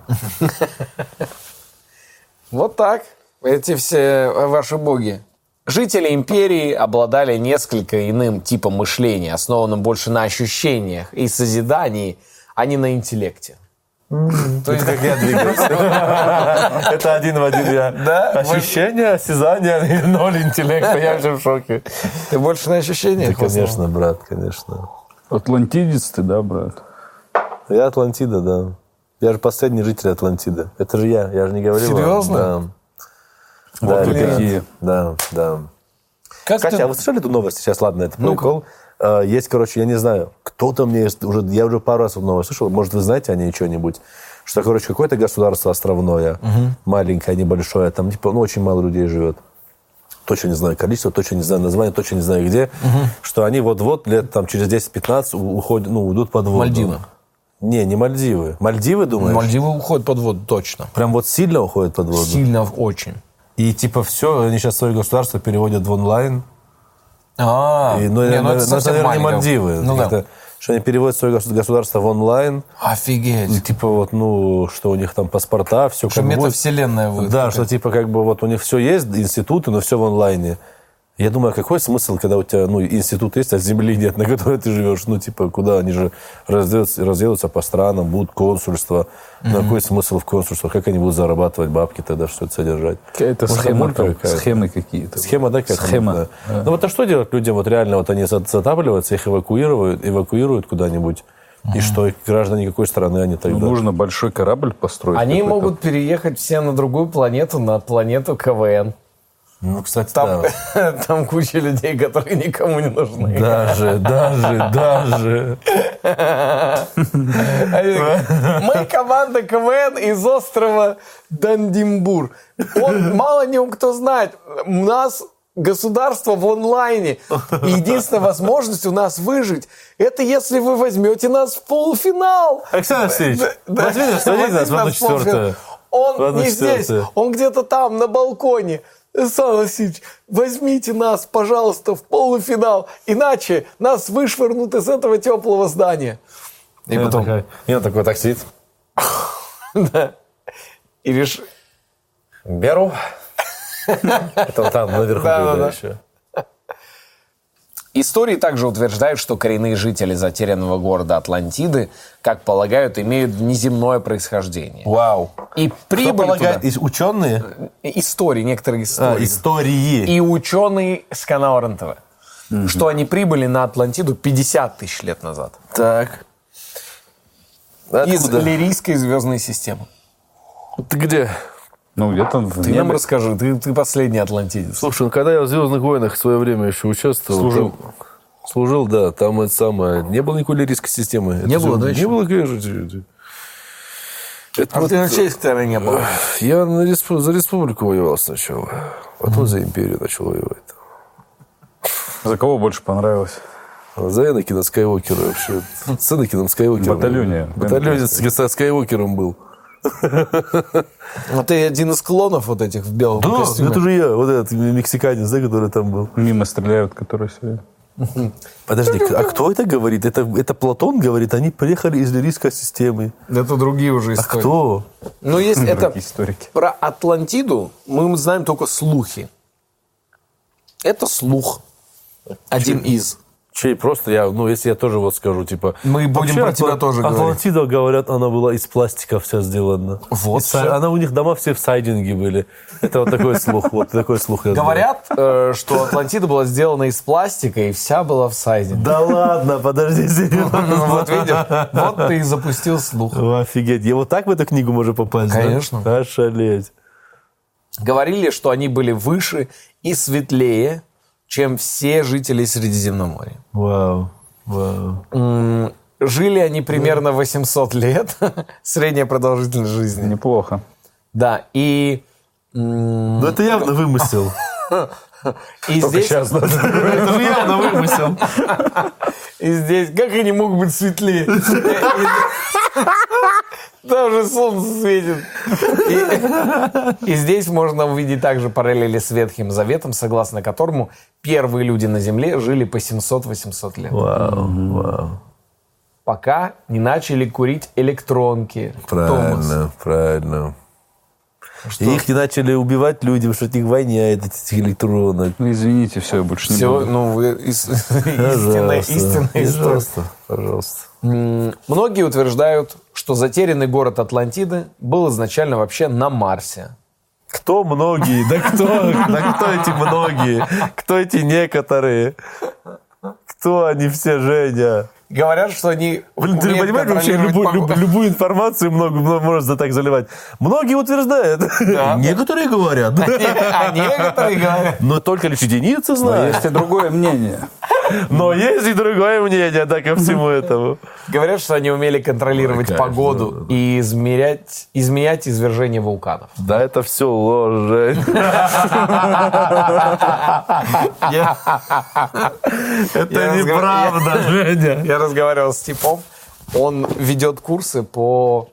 A: Вот так. Эти все э, ваши боги. Жители империи обладали несколько иным типом мышления, основанным больше на ощущениях и созидании, а не на интеллекте.
C: Это как я двигаюсь. Это один в один я. Да? Ощущение, осязание, ноль интеллекта. Я вообще в шоке.
A: Ты больше на ощущениях?
C: Конечно, брат, конечно.
B: Атлантидец ты, да, брат?
C: Я Атлантида, да. Я же последний житель Атлантиды. Это же я, я же не говорил. вам.
A: Серьезно?
C: Да.
B: Вот вы
C: да,
B: какие.
C: да, да.
A: Как
C: Кстати,
A: ты-
C: а вы слышали эту новость сейчас? Ладно, это прикол. Э, Есть, короче, я не знаю, кто-то мне есть уже, я уже пару раз эту новость слышал, может, вы знаете о ней что-нибудь, что, короче, какое-то государство островное, маленькое, небольшое, там, типа, ну, очень мало людей живет. Точно не знаю количество, точно не знаю название, точно не знаю где, что они вот-вот лет там через 10-15 у- уходят, ну, уйдут под воду.
A: Мальдивы.
C: Не, не Мальдивы. Мальдивы, думаешь?
A: Мальдивы уходят под воду, точно.
C: Прям вот сильно уходят под воду.
A: Сильно очень.
C: И типа все, они сейчас свое государство переводят в онлайн.
A: А,
C: И, ну,
A: не,
C: это,
A: ну, это
C: наверное,
A: совсем
C: наверное, не
A: маленько.
C: Мальдивы.
A: Ну да.
C: Это, что они переводят свое гос- государство в онлайн. И,
A: Офигеть.
C: типа вот, ну, что у них там паспорта, все
A: Что
C: как будет.
A: метавселенная будет.
C: Да, что типа как бы вот у них все есть, институты, но все в онлайне. Я думаю, а какой смысл, когда у тебя ну, институт есть, а земли нет, на которой ты живешь? Ну, типа, куда они же разделятся, разделятся по странам, будут консульства. Ну, какой смысл в консульствах? Как они будут зарабатывать бабки тогда, что это содержать?
B: Какая-то
C: Может,
B: схема,
C: халтурка
B: там,
C: какая-то?
B: схемы какие-то.
C: Схема, да, какая-то?
B: Схема.
C: Да. Ну вот а что делать людям? Вот реально вот они за- затапливаются, их эвакуируют, эвакуируют куда-нибудь. И что, и граждане какой страны они
B: Ну,
C: тогда?
B: Нужно большой корабль построить.
A: Они
B: какой-то.
A: могут переехать все на другую планету, на планету КВН.
C: Ну, кстати,
A: Там,
C: да.
A: там куча людей, которые никому не нужны.
C: Даже, даже, даже.
A: Они такие, Мы команда КВН из острова Дандимбур. Он, мало не кто знает, у нас государство в онлайне. И единственная возможность у нас выжить, это если вы возьмете нас в полуфинал.
C: Александр Алексеевич, возьмите, садите нас в одну
A: в полуфинал.
C: четвертую.
A: Он
C: Ладно,
A: не здесь,
C: четвертое.
A: он где-то там, на балконе. Сан Васильевич, возьмите нас, пожалуйста, в полуфинал, иначе нас вышвырнут из этого теплого здания. И
C: И он
A: потом,
C: такой- и он такой так сидит.
A: и реш...
C: Беру. Это вот там наверху
A: Да, да,
C: когда
A: да.
C: еще.
A: Истории также утверждают, что коренные жители затерянного города Атлантиды, как полагают, имеют внеземное происхождение.
C: Вау.
A: И
C: Кто
A: прибыль
C: полагает,
A: туда-
C: из- ученые?
A: Истории, некоторые
C: А,
A: истории.
C: истории.
A: И ученые с канала РНТВ. Что они прибыли на Атлантиду 50 тысяч лет назад.
C: Так.
A: Из
C: Откуда?
A: Лирийской звездной системы.
C: Ты где?
B: Ну, где-то в
A: Ты нам
B: небе.
A: расскажи, ты, ты последний атлантидец.
C: Слушай, ну когда я в «Звездных войнах» в свое время еще участвовал...
B: Служил.
C: там- служил, да. Там это самое... Не было никакой лирийской системы. Не
A: было, да, А
C: Не
A: еще?
C: было, конечно. Это а вот,
A: которой не было.
C: я на респу- за республику воевал сначала, потом за империю начал воевать.
B: За кого больше понравилось?
C: А За Энакина Скайуокера вообще. С Энакином Скайуокером.
B: Батальоне.
C: Батальоне с со Скайуокером был.
A: А ты один из клонов вот этих в белом костюме.
C: же Ну, я, вот этот мексиканец, да, который там был.
B: Мимо стреляют, которые сегодня.
C: Подожди, а кто это говорит? Это, это Платон говорит, они приехали из лирийской системы.
A: Это другие уже истории.
C: А Кто?
A: Ну, если это
B: Другие историки.
A: про Атлантиду, мы знаем только слухи. Это слух. Один из.
C: Чей, просто я, ну, если я тоже вот скажу, типа...
A: Мы будем про тебя тоже говорить.
C: Атлантида, говорят, она была из пластика вся сделана.
A: Вот
C: Из са-
A: всё.
C: Она у них дома все в сайдинге были. Это вот такой слух, вот такой слух. я знаю.
A: Говорят, э, что Атлантида была сделана из пластика и вся была в сайзе.
C: Да ладно, подожди,
A: Ну,
C: серьезно.
A: вот видишь, вот ты и запустил слух.
C: Офигеть. Я вот так в эту книгу можно попасть, да?
A: Конечно.
C: Ошалеть.
A: Говорили, что они были выше и светлее, чем все жители Средиземноморья.
C: Вау. Вау.
A: Жили они примерно 800 лет, средняя продолжительность жизни.
B: Неплохо.
A: Да, и, м,
C: Ну это явно вымысел.
A: и здесь...
C: Это же явно вымысел.
A: И здесь, как они могут быть светлее? Там же солнце светит. И, и здесь можно увидеть также параллели с Ветхим Заветом, согласно которому первые люди на Земле жили по 700-800 лет.
C: Вау, вау.
A: Пока не начали курить электронки. Томас. А
C: Правильно, правильно. И их не начали убивать люди, потому что от них воняет от этих электронок.
B: Ну, извините, все, я больше не
A: Всё,
B: буду.
A: ну, вы ис- истинная,
C: Пожалуйста.
A: истинная история.
C: Пожалуйста, пожалуйста.
A: М, Многие утверждают, что затерянный город Атлантиды был изначально вообще на Марсе.
C: Кто многие? Да кто? Да кто эти многие? Кто эти некоторые? Кто они все, Женя?
A: Говорят, что они
C: Блин, ты
A: умеют
C: понимаешь вообще
A: контролировать
C: любую,
A: погоду.
C: люб- любую информацию много, много можно так заливать. Многие утверждают. Некоторые говорят.
A: А некоторые говорят.
C: Но только лишь единицы
B: А
C: знают.
B: Есть и другое мнение.
C: Но есть и другое мнение, да, ко всему этому.
A: Говорят, что они умели контролировать
C: Ой, кайф,
A: погоду и измерять, изменять извержение вулканов.
C: Да, это все ложь, Жень. Это
A: Я
C: неправда, Женя.
A: Я разговаривал с типом. Он ведет курсы по...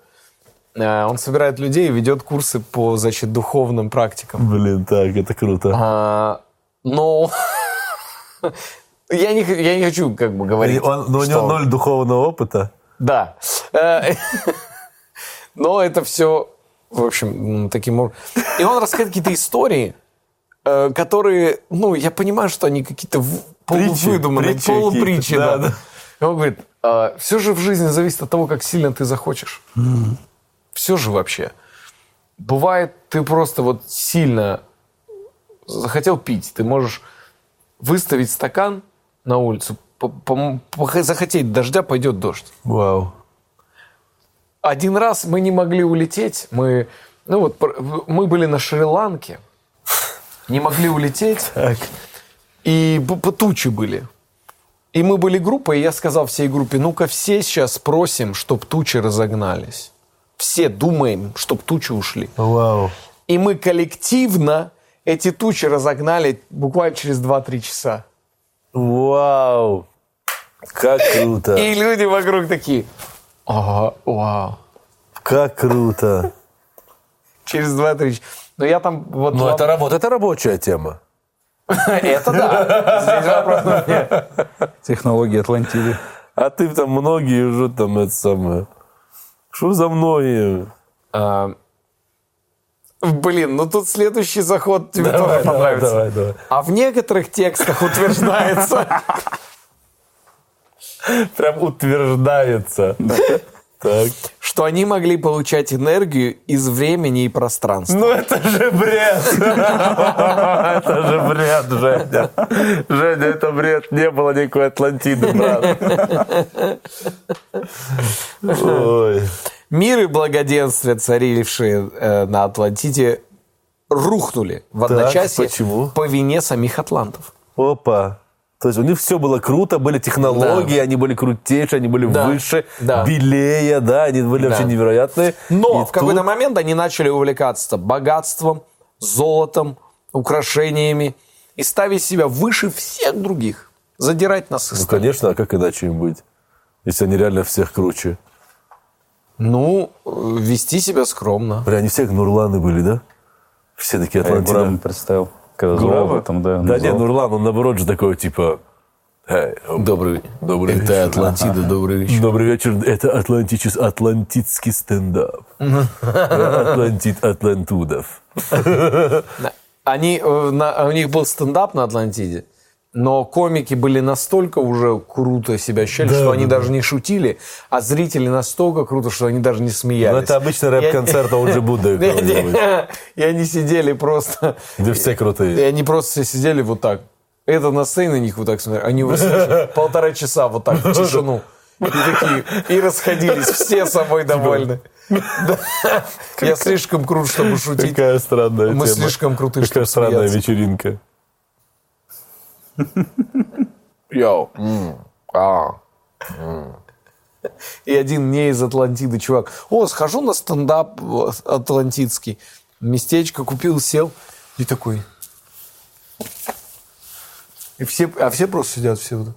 A: э, Он собирает людей и ведет курсы по, значит, духовным практикам.
C: Блин, так, это круто.
A: А, Но... Я не, х- я не хочу как бы
C: И
A: говорить.
C: он- Но у него
A: что-
C: ноль духовного опыта.
A: Да. Э, Но это все, в общем, м, таким образом. И он рассказывает какие-то истории э, которые, ну, я понимаю, что они какие-то в- полувыдуманные,
B: притчи
A: полупритчи. Да,
B: какие-то, да,
A: И он говорит, все же в жизни зависит от того, как сильно ты захочешь. Все же вообще. Бывает, ты просто вот сильно захотел пить, ты можешь выставить стакан на улицу, по- по- по- захотеть дождя, пойдет дождь
C: Вау.
A: один раз мы не могли улететь, мы, ну вот, пр- мы были на Шри-Ланке, не могли улететь, и б- б- тучи были. И мы были группой, и я сказал всей группе, ну-ка все сейчас просим, чтоб тучи разогнались. Все думаем, чтоб тучи ушли.
C: Вау.
A: И мы коллективно эти тучи разогнали буквально через 2-3 часа.
C: Вау. Как круто.
A: И люди вокруг такие, ага, вау.
C: Как круто.
A: Через 2-3 часа. Но я там вот...
C: Ну,
A: лам-
C: это работа, это рабочая тема.
A: Это да. Здесь вопрос
B: Технологии Атлантиды.
C: А ты там многие уже там это самое. Что за многие?
A: А, Блин, ну тут следующий заход тебе тоже понравится.
C: Давай, давай.
A: А в некоторых текстах утверждается,
C: Прям утверждается. Так.
A: что они могли получать энергию из времени и пространства.
C: Ну это же бред! Это же бред, Женя. Женя, это бред. Не было никакой Атлантиды, брат. Ой.
A: Мир и благоденствие, царившие э, на Атлантиде, рухнули в одночасье
C: почему?
A: по вине самих атлантов.
C: Опа. То есть у них все было круто, были технологии, они были крутейшие, они были
A: Да.
C: выше,
A: Да.
C: белее, да, они были вообще невероятные.
A: Но
C: И
A: в какой-то
C: тут-
A: момент они начали увлекаться богатством, золотом, украшениями и ставить себя выше всех других. Задирать нас и
C: Ну, конечно, а как иначе им быть? Если они реально всех круче.
A: Ну, э, вести себя скромно.
C: Бля, они все как Нурланы были, да? Все такие Атлантида.
B: Гурам представил. Когда
C: Гурама?
B: золотом, да.
C: Да
B: назвал.
C: нет, Нурлан, он наоборот же такой, типа... «Эй,
E: Добрый.
C: Добрый
E: Это
C: вечер.
E: Атлантида, добрый вечер.
C: Добрый вечер, это атлантичес, атлантический стендап. Про Атлантид Атлантудов.
A: Они, э, на- у них был стендап на Атлантиде, но комики были настолько уже круто себя ощущали, что они даже не шутили, а зрители настолько круто, что они даже не смеялись.
C: Ну, это обычный
A: И они-
C: рэп-концерт, а он же Будда
A: И они-
C: какой-нибудь,
A: И они сидели просто...
C: где все
A: И
C: крутые.
A: они просто все сидели вот так. Это на сцене на них вот так смотрели. Они вот слушали полтора часа вот так, в тишину. И такие, и расходились, все собой довольны. Да. Я слишком крут, чтобы шутить.
C: Какая странная
A: Мы
C: тема.
A: слишком крутые,
C: Какая
A: чтобы
C: странная
A: смеяться.
C: вечеринка.
E: Йоу. А.
A: И один не из Атлантиды чувак. О, схожу на стендап э, атлантидский. Местечко купил, сел. И такой. И все, а все просто сидят, все вот так.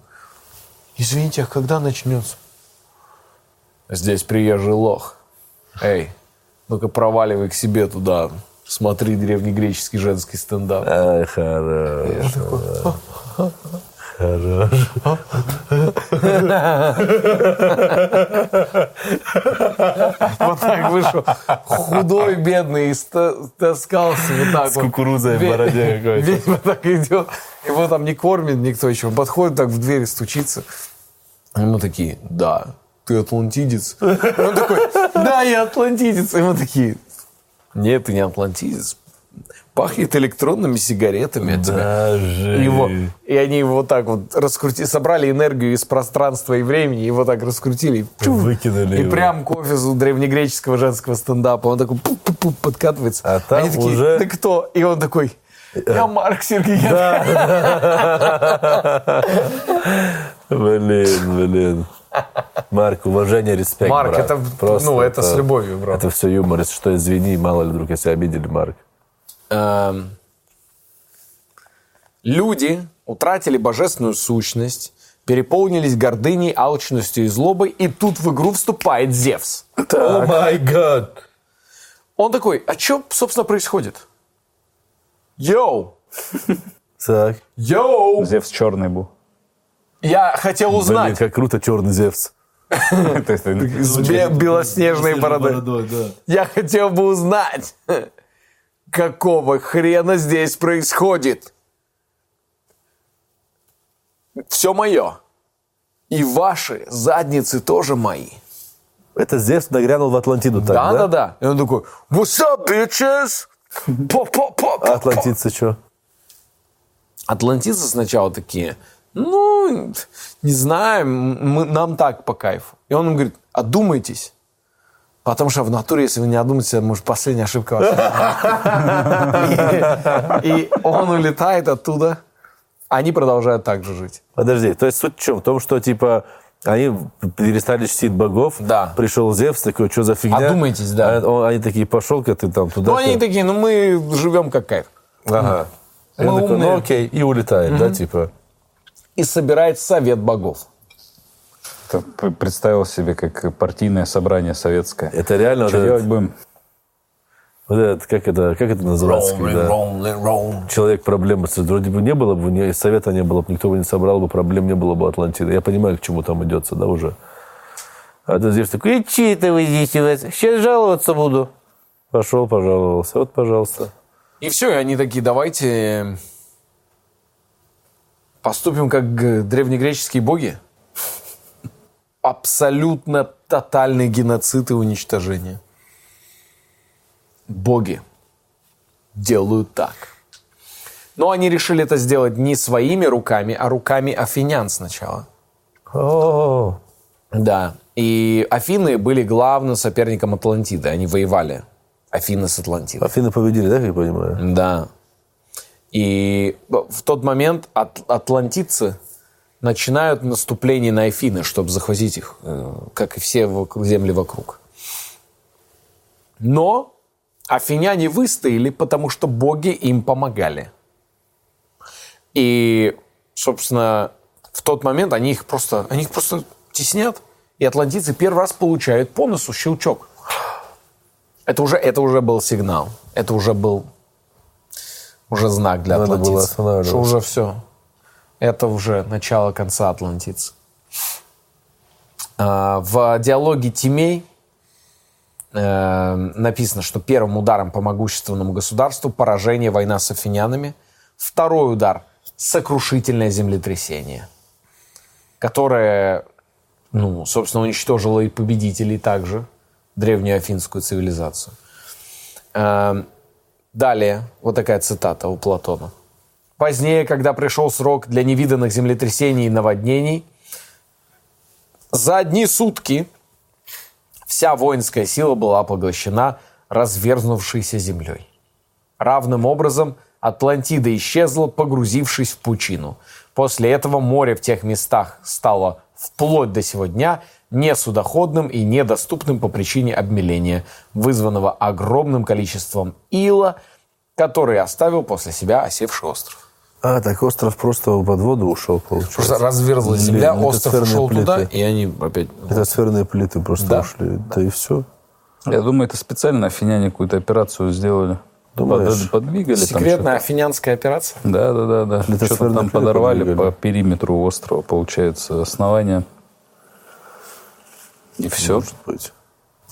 A: Извините, а когда начнется?
E: Здесь приезжий лох. Эй, ну-ка проваливай к себе туда. Смотри древнегреческий женский стендап.
C: Ай, хорош. Хорош.
A: Вот так вышел. Худой, бедный, и ста- таскался вот так
C: С
A: вот.
C: кукурузой в
A: Ве-
C: бороде какой-то.
A: Ведьма так идет. Его там не кормит никто еще. Он подходит так в дверь, стучится. А Ему такие, да, ты атлантидец. И Он такой, да, я атлантидец. И Ему такие, нет, ты не атлантидец. Пахнет электронными сигаретами от тебя.
C: Даже.
A: Его, и они его вот так вот раскрутили, собрали энергию из пространства и времени, его так раскрутили. и чу,
C: Выкинули
A: И
C: его.
A: прям к офису древнегреческого женского стендапа. Он такой пуп-пуп-пуп подкатывается.
C: А там
A: они такие,
C: уже-
A: ты кто? И он такой, я Марк Сергеенко.
C: Блин, блин. Марк, уважение, респект,
A: Марк,
C: брат.
A: это, ну, это с любовью, брат.
C: Это все юмор. Если что, извини, мало ли вдруг, если обидели, Марк.
A: Эм, Люди утратили божественную сущность, переполнились гордыней, алчностью и злобой, и тут в игру вступает Зевс.
C: О май гад!
A: Он такой, а что, собственно, происходит? Йоу!
C: Так.
A: Йоу!
B: ну, Зевс черный был.
A: Я хотел
C: Блин,
A: узнать.
C: как круто, черный Зевс.
B: То есть ты-
A: С бе- белоснежной бородой. Я хотел бы узнать, какого хрена здесь происходит? Все мое. И ваши задницы тоже мои.
C: Это здесь нагрянул в Атлантиду так,
A: Да,
C: да?
A: да, да. И он такой, what's up, bitches? По-по-по-по-по.
C: А атлантидцы что?
A: Атлантицы сначала такие, ну, не знаю, мы- нам так по кайфу. И он им говорит, одумайтесь. Потому что в натуре, если вы не одумаетесь, это, может, последняя ошибка ваша. И и он улетает оттуда. Они продолжают так же жить.
C: Подожди, то есть суть в чем? В том, что, типа, они перестали чтить богов.
A: Да.
C: Пришел Зевс, такой, что за фигня?
A: Одумайтесь, да.
C: А он- они такие, пошел-ка ты там туда.
A: Ну, они такие, ну, мы живем как кайф.
C: Ага. И он
A: Мы
C: такой,
A: умные.
C: ну окей, и улетает, да, типа.
A: И собирает совет богов.
B: Это п- представил себе как партийное собрание советское.
C: Это реально вот
B: Что
C: этот-
B: делать будем?
C: Вот этот, как это, как это называется? когда Человек проблемы с- вроде бы не было бы, ни совета не было бы, никто бы не собрал бы, проблем не было бы Атлантиды. Я понимаю, к чему там идется, да, уже. А ты здесь такой, «И чьи это вы здесь у вас? Сейчас жаловаться буду. Пошел, пожаловался. Вот, пожалуйста.
A: И все, и они такие, давайте поступим как э, древнегреческие боги. Абсолютно тотальный геноцид и уничтожение. Боги делают так. Но они решили это сделать не своими руками, а руками афинян сначала.
C: О,
A: Да. И Афины были главным соперником Атлантиды. Они воевали. Афины с Атлантидой.
C: Афины победили, да, как я понимаю?
A: Да. И в тот момент ат- атлантидцы начинают наступление на Афины, чтобы захватить их, э, как и все вок- земли вокруг. Но афиняне выстояли, потому что боги им помогали. И, собственно, в тот момент они их просто, они их просто теснят. И атлантицы первый раз получают по носу щелчок. Это уже, это уже был сигнал. Это уже был уже знак для
C: Надо было
A: атлантиц.
C: останавливаться.
A: Что уже все. Это уже начало конца атлантиц. А, В диалоге Тимей э, написано, что первым ударом по могущественному государству поражение война с афинянами, второй удар сокрушительное землетрясение, которое, ну, собственно, уничтожило и победителей также древнюю афинскую цивилизацию. Эм, Далее, вот такая цитата у Платона. Позднее, когда пришел срок для невиданных землетрясений и наводнений, за одни сутки вся воинская сила была поглощена разверзнувшейся землей. Равным образом Атлантида исчезла, погрузившись в пучину. После этого море в тех местах стало вплоть до сего дня несудоходным и недоступным по причине обмеления, вызванного огромным количеством ила, который оставил после себя осевший остров.
C: А, так остров просто под воду ушел, получается.
A: разверзлась
C: Блин, земля, это остров сырные ушел туда, плиты.
A: и они опять...
C: Атмосферные плиты просто
A: Да.
C: ушли. Да и все. А.
B: Я думаю, это специально афиняне какую-то операцию сделали.
C: Думаешь?
B: Под- Подвигали там
A: Секретная афинянская операция?
B: что-то. Да, да, да, да. Что-то
C: Литосферные
B: там
C: плиты
B: подорвали
C: подвигали.
B: по периметру острова, получается, основания. И все.
C: Может быть.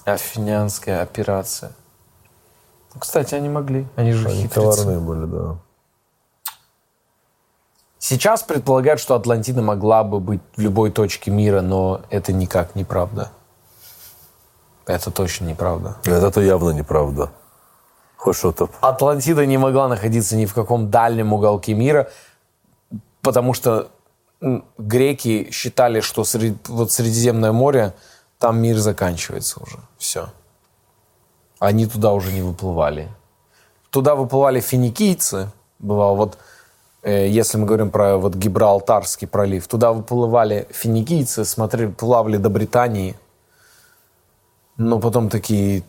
A: Афинянская операция. Ну, Кстати, они могли. Они же
C: Они
A: хитрецы.
C: коварные были, да.
A: Сейчас предполагают, что Атлантида могла бы быть в любой точке мира, но это никак неправда. Это точно неправда.
C: Это то явно неправда. Хоть что-то.
A: Атлантида не могла находиться ни в каком дальнем уголке мира, потому что м, греки считали, что сре- вот Средиземное море, там мир заканчивается уже. Все. Они туда уже не выплывали. Туда выплывали финикийцы, бывало, вот э, если мы говорим про вот Гибралтарский пролив, туда выплывали финикийцы, смотрели, плавали до Британии, но потом такие,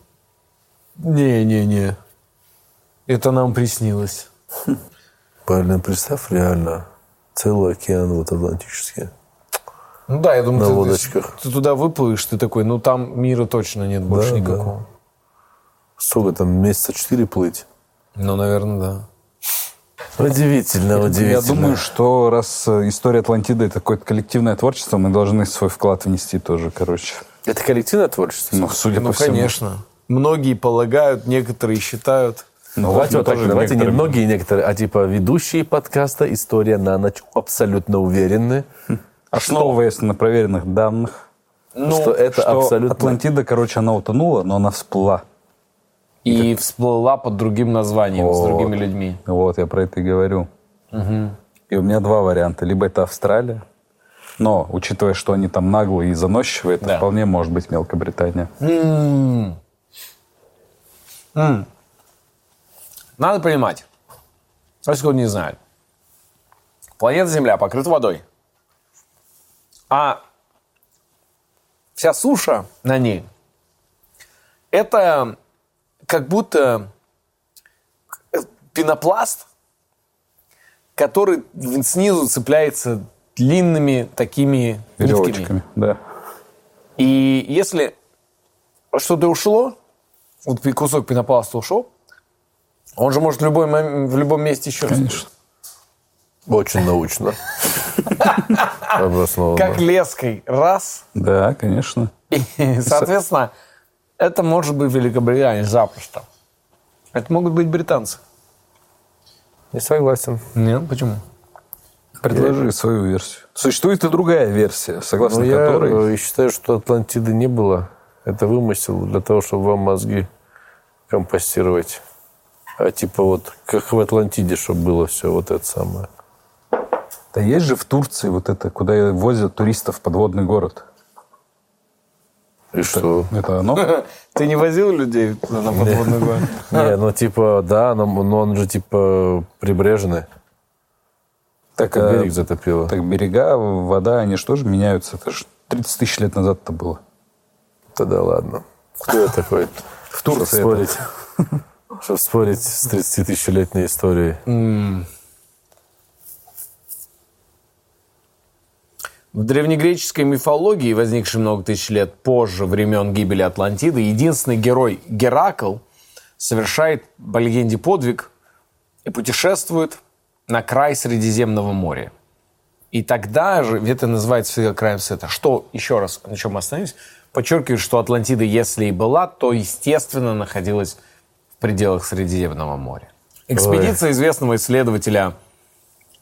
A: не-не-не, это нам приснилось.
C: Блин, представь, реально. Целый океан вот Атлантический.
A: Ну да, я думаю,
C: На
A: ты,
C: лодочках.
A: ты туда выплывешь, ты такой, ну там мира точно нет больше
C: Да, да.
A: никакого.
C: Сколько там, месяца четыре плыть?
A: Ну, наверное, да.
C: Удивительно, удивительно.
B: Я думаю, что раз э, история Атлантиды это какое-то коллективное творчество, мы должны свой вклад внести тоже, короче.
C: это коллективное творчество?
B: Ну, судя
A: ну,
B: по всему.
A: конечно. Многие полагают, некоторые считают.
B: Ну,
C: давайте
B: вот
C: вот так,
B: тоже
C: давайте не
B: некоторые-
C: многие некоторые, а типа ведущие подкаста «История на ночь» абсолютно уверены, А
B: Основываясь на проверенных данных,
A: Ну,
C: что это
B: что
C: абсолютно...
B: Атлантида, короче, она утонула, но она всплыла.
A: И всплыла под другим названием, с другими людьми.
B: Вот, я про это и говорю. И у меня два варианта. Либо это Австралия, но, учитывая, что они там наглые и заносчивые, это
A: Да.
B: вполне может быть Мелкобритания.
A: Надо понимать, если кто не знает, планета Земля покрыта водой, а вся суша на ней – это как будто пенопласт, который снизу цепляется длинными такими нитками.
B: Веревочками, да.
A: И если что-то ушло, вот пи- кусок пенопласта ушел, он же может в, любой, мом- в любом месте еще раз.
C: Очень научно. Обоснованно.
A: Как леской. Раз.
B: Да, конечно.
A: И, соответственно, это может быть Великобритания запросто. Это могут быть британцы.
F: Не согласен.
A: Нет, почему?
B: Предложи свою версию. Существует и другая версия, согласно
C: Ну, я
B: которой...
C: э, считаю, что Атлантиды не было. Это вымысел для того, чтобы вам мозги компостировать. А типа вот, как в Атлантиде, чтобы было все вот это самое.
B: Да есть же в Турции вот это, куда возят туристов в подводный город.
C: И что?
B: Это оно?
A: Ты не возил людей на подводный город?
C: Не, ну типа, да, но, но он же типа прибрежный.
B: Так,
C: Как
B: а,
C: берег затопило.
B: так берега, вода, они же тоже меняются. Это же 30 тысяч лет назад-то было.
C: Тогда ладно. Кто я такой? В
B: Турции
C: Чтобы спорить, чтоб спорить с 30-тысячелетней историей.
A: В древнегреческой мифологии, возникшей много тысяч лет позже времен гибели Атлантиды, единственный герой Геракл совершает, по легенде, подвиг и путешествует на край Средиземного моря. И тогда же, это называется всегда краем света, что, еще раз, на чем мы остановились, подчеркивает, что Атлантида, если и была, то, естественно, находилась в пределах Средиземного моря. Экспедиция известного исследователя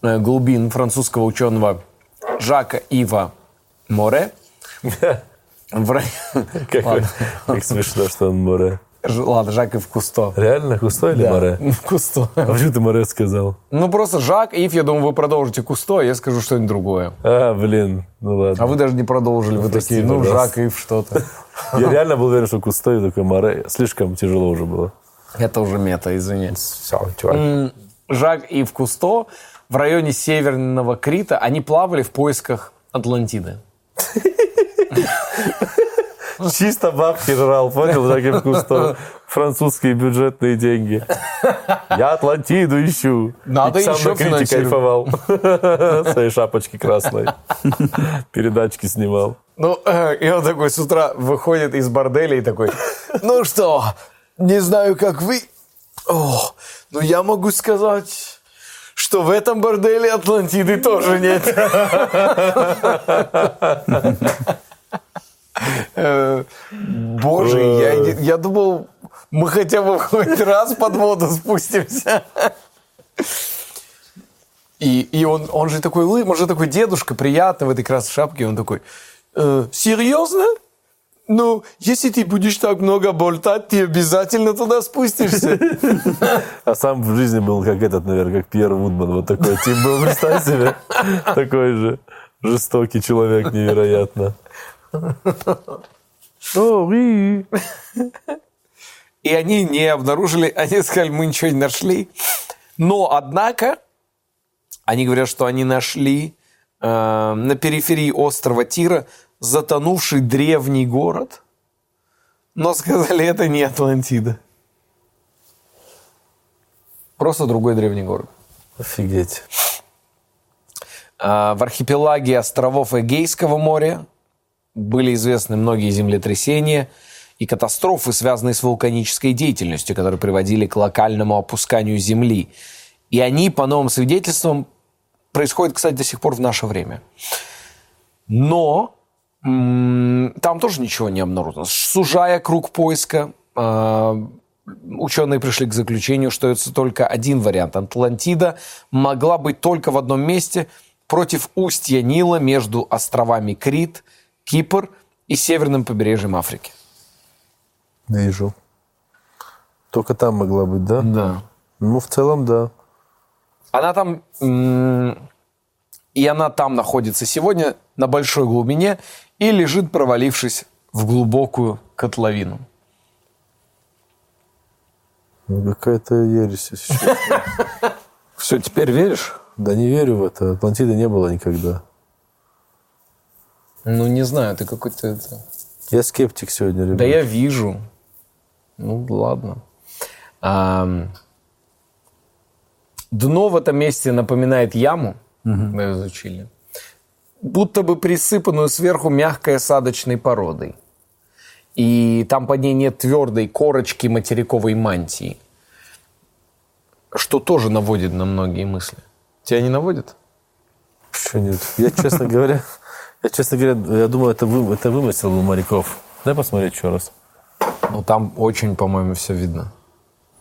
A: э, глубин французского ученого Жака Ива Море. В рай-
C: Как, как смешно, что он море.
A: Ж- Ладно, Жак Ив Кусто.
C: Реально, Кусто или море?
A: Кусто.
C: А почему ты море сказал?
A: Ну, просто Жак, Ив, я думаю, вы продолжите Кусто, а я скажу что-нибудь другое.
C: А, блин, ну ладно.
A: А вы даже не продолжили, вы
C: Прости,
A: такие, ну,
C: пожалуйста.
A: Жак, Ив, что-то.
C: Я реально был уверен, что Кусто и такой море. Слишком тяжело уже было.
A: Это уже мета, извини.
F: Все, чувак.
A: Жак и в Кусто в районе Северного Крита они плавали в поисках Атлантиды.
C: Чисто бабки жрал, понял, таким Кусто. Французские бюджетные деньги. Я Атлантиду ищу.
A: Надо
C: И сам
A: еще
C: на Крите кайфовал.
A: финансировать.
C: Своей шапочки красной. Передачки снимал.
A: Ну, э, и он такой с утра выходит из борделя и такой, ну что, не знаю, как вы, О, но я могу сказать, что в этом борделе Атлантиды тоже нет. Э, Боже, я, не- я думал, мы хотя бы хоть раз под воду спустимся. И, и он, он же такой, улы- он же такой дедушка, приятный в этой красной шапке. Он такой, «Э, серьезно? Ну, если ты будешь так много болтать, ты обязательно туда спустишься.
C: А сам в жизни был как этот, наверное, как Пьер Вудман. Вот такой тип был, представь себе. Такой же жестокий человек, невероятно. О, уи.
A: И они не обнаружили, они сказали, мы ничего не нашли. Но, однако, они говорят, что они нашли э, на периферии острова Тира затонувший древний город. Но сказали, это не Атлантида. Просто другой древний город.
C: Офигеть.
A: А, В архипелаге островов Эгейского моря были известны многие землетрясения и катастрофы, связанные с вулканической деятельностью, которые приводили к локальному опусканию Земли. И они, по новым свидетельствам, происходят, кстати, до сих пор в наше время. Но м, там тоже ничего не обнаружено. Сужая круг поиска, э, ученые пришли к заключению, что это только один вариант. Атлантида могла быть только в одном месте против устья Нила между островами Крит, Кипр и северным побережьем Африки.
C: Вижу. Только там могла быть, да?
A: Да.
C: Ну, в целом, да.
A: Она там... м, И она там находится сегодня на большой глубине и лежит, провалившись в глубокую котловину.
C: Ну, какая-то ересь если честно.
B: Все, теперь веришь?
C: Да не верю в это. Атлантиды не было никогда.
A: Ну, не знаю, ты какой-то...
C: Я скептик сегодня, ребята.
A: Да я вижу. Ну, ладно. Ам, А, Дно в этом месте напоминает яму. Мы её изучили. Будто бы присыпанную сверху мягкой осадочной породой. И там под ней нет твердой корочки материковой мантии. Что тоже наводит на многие мысли. Тебя не наводит?
C: Почему нет? Я, честно говоря, я, честно говоря, я думаю, это, вы, это вымысел был моряков. Дай посмотреть еще раз.
A: Ну, там очень, по-моему, все видно.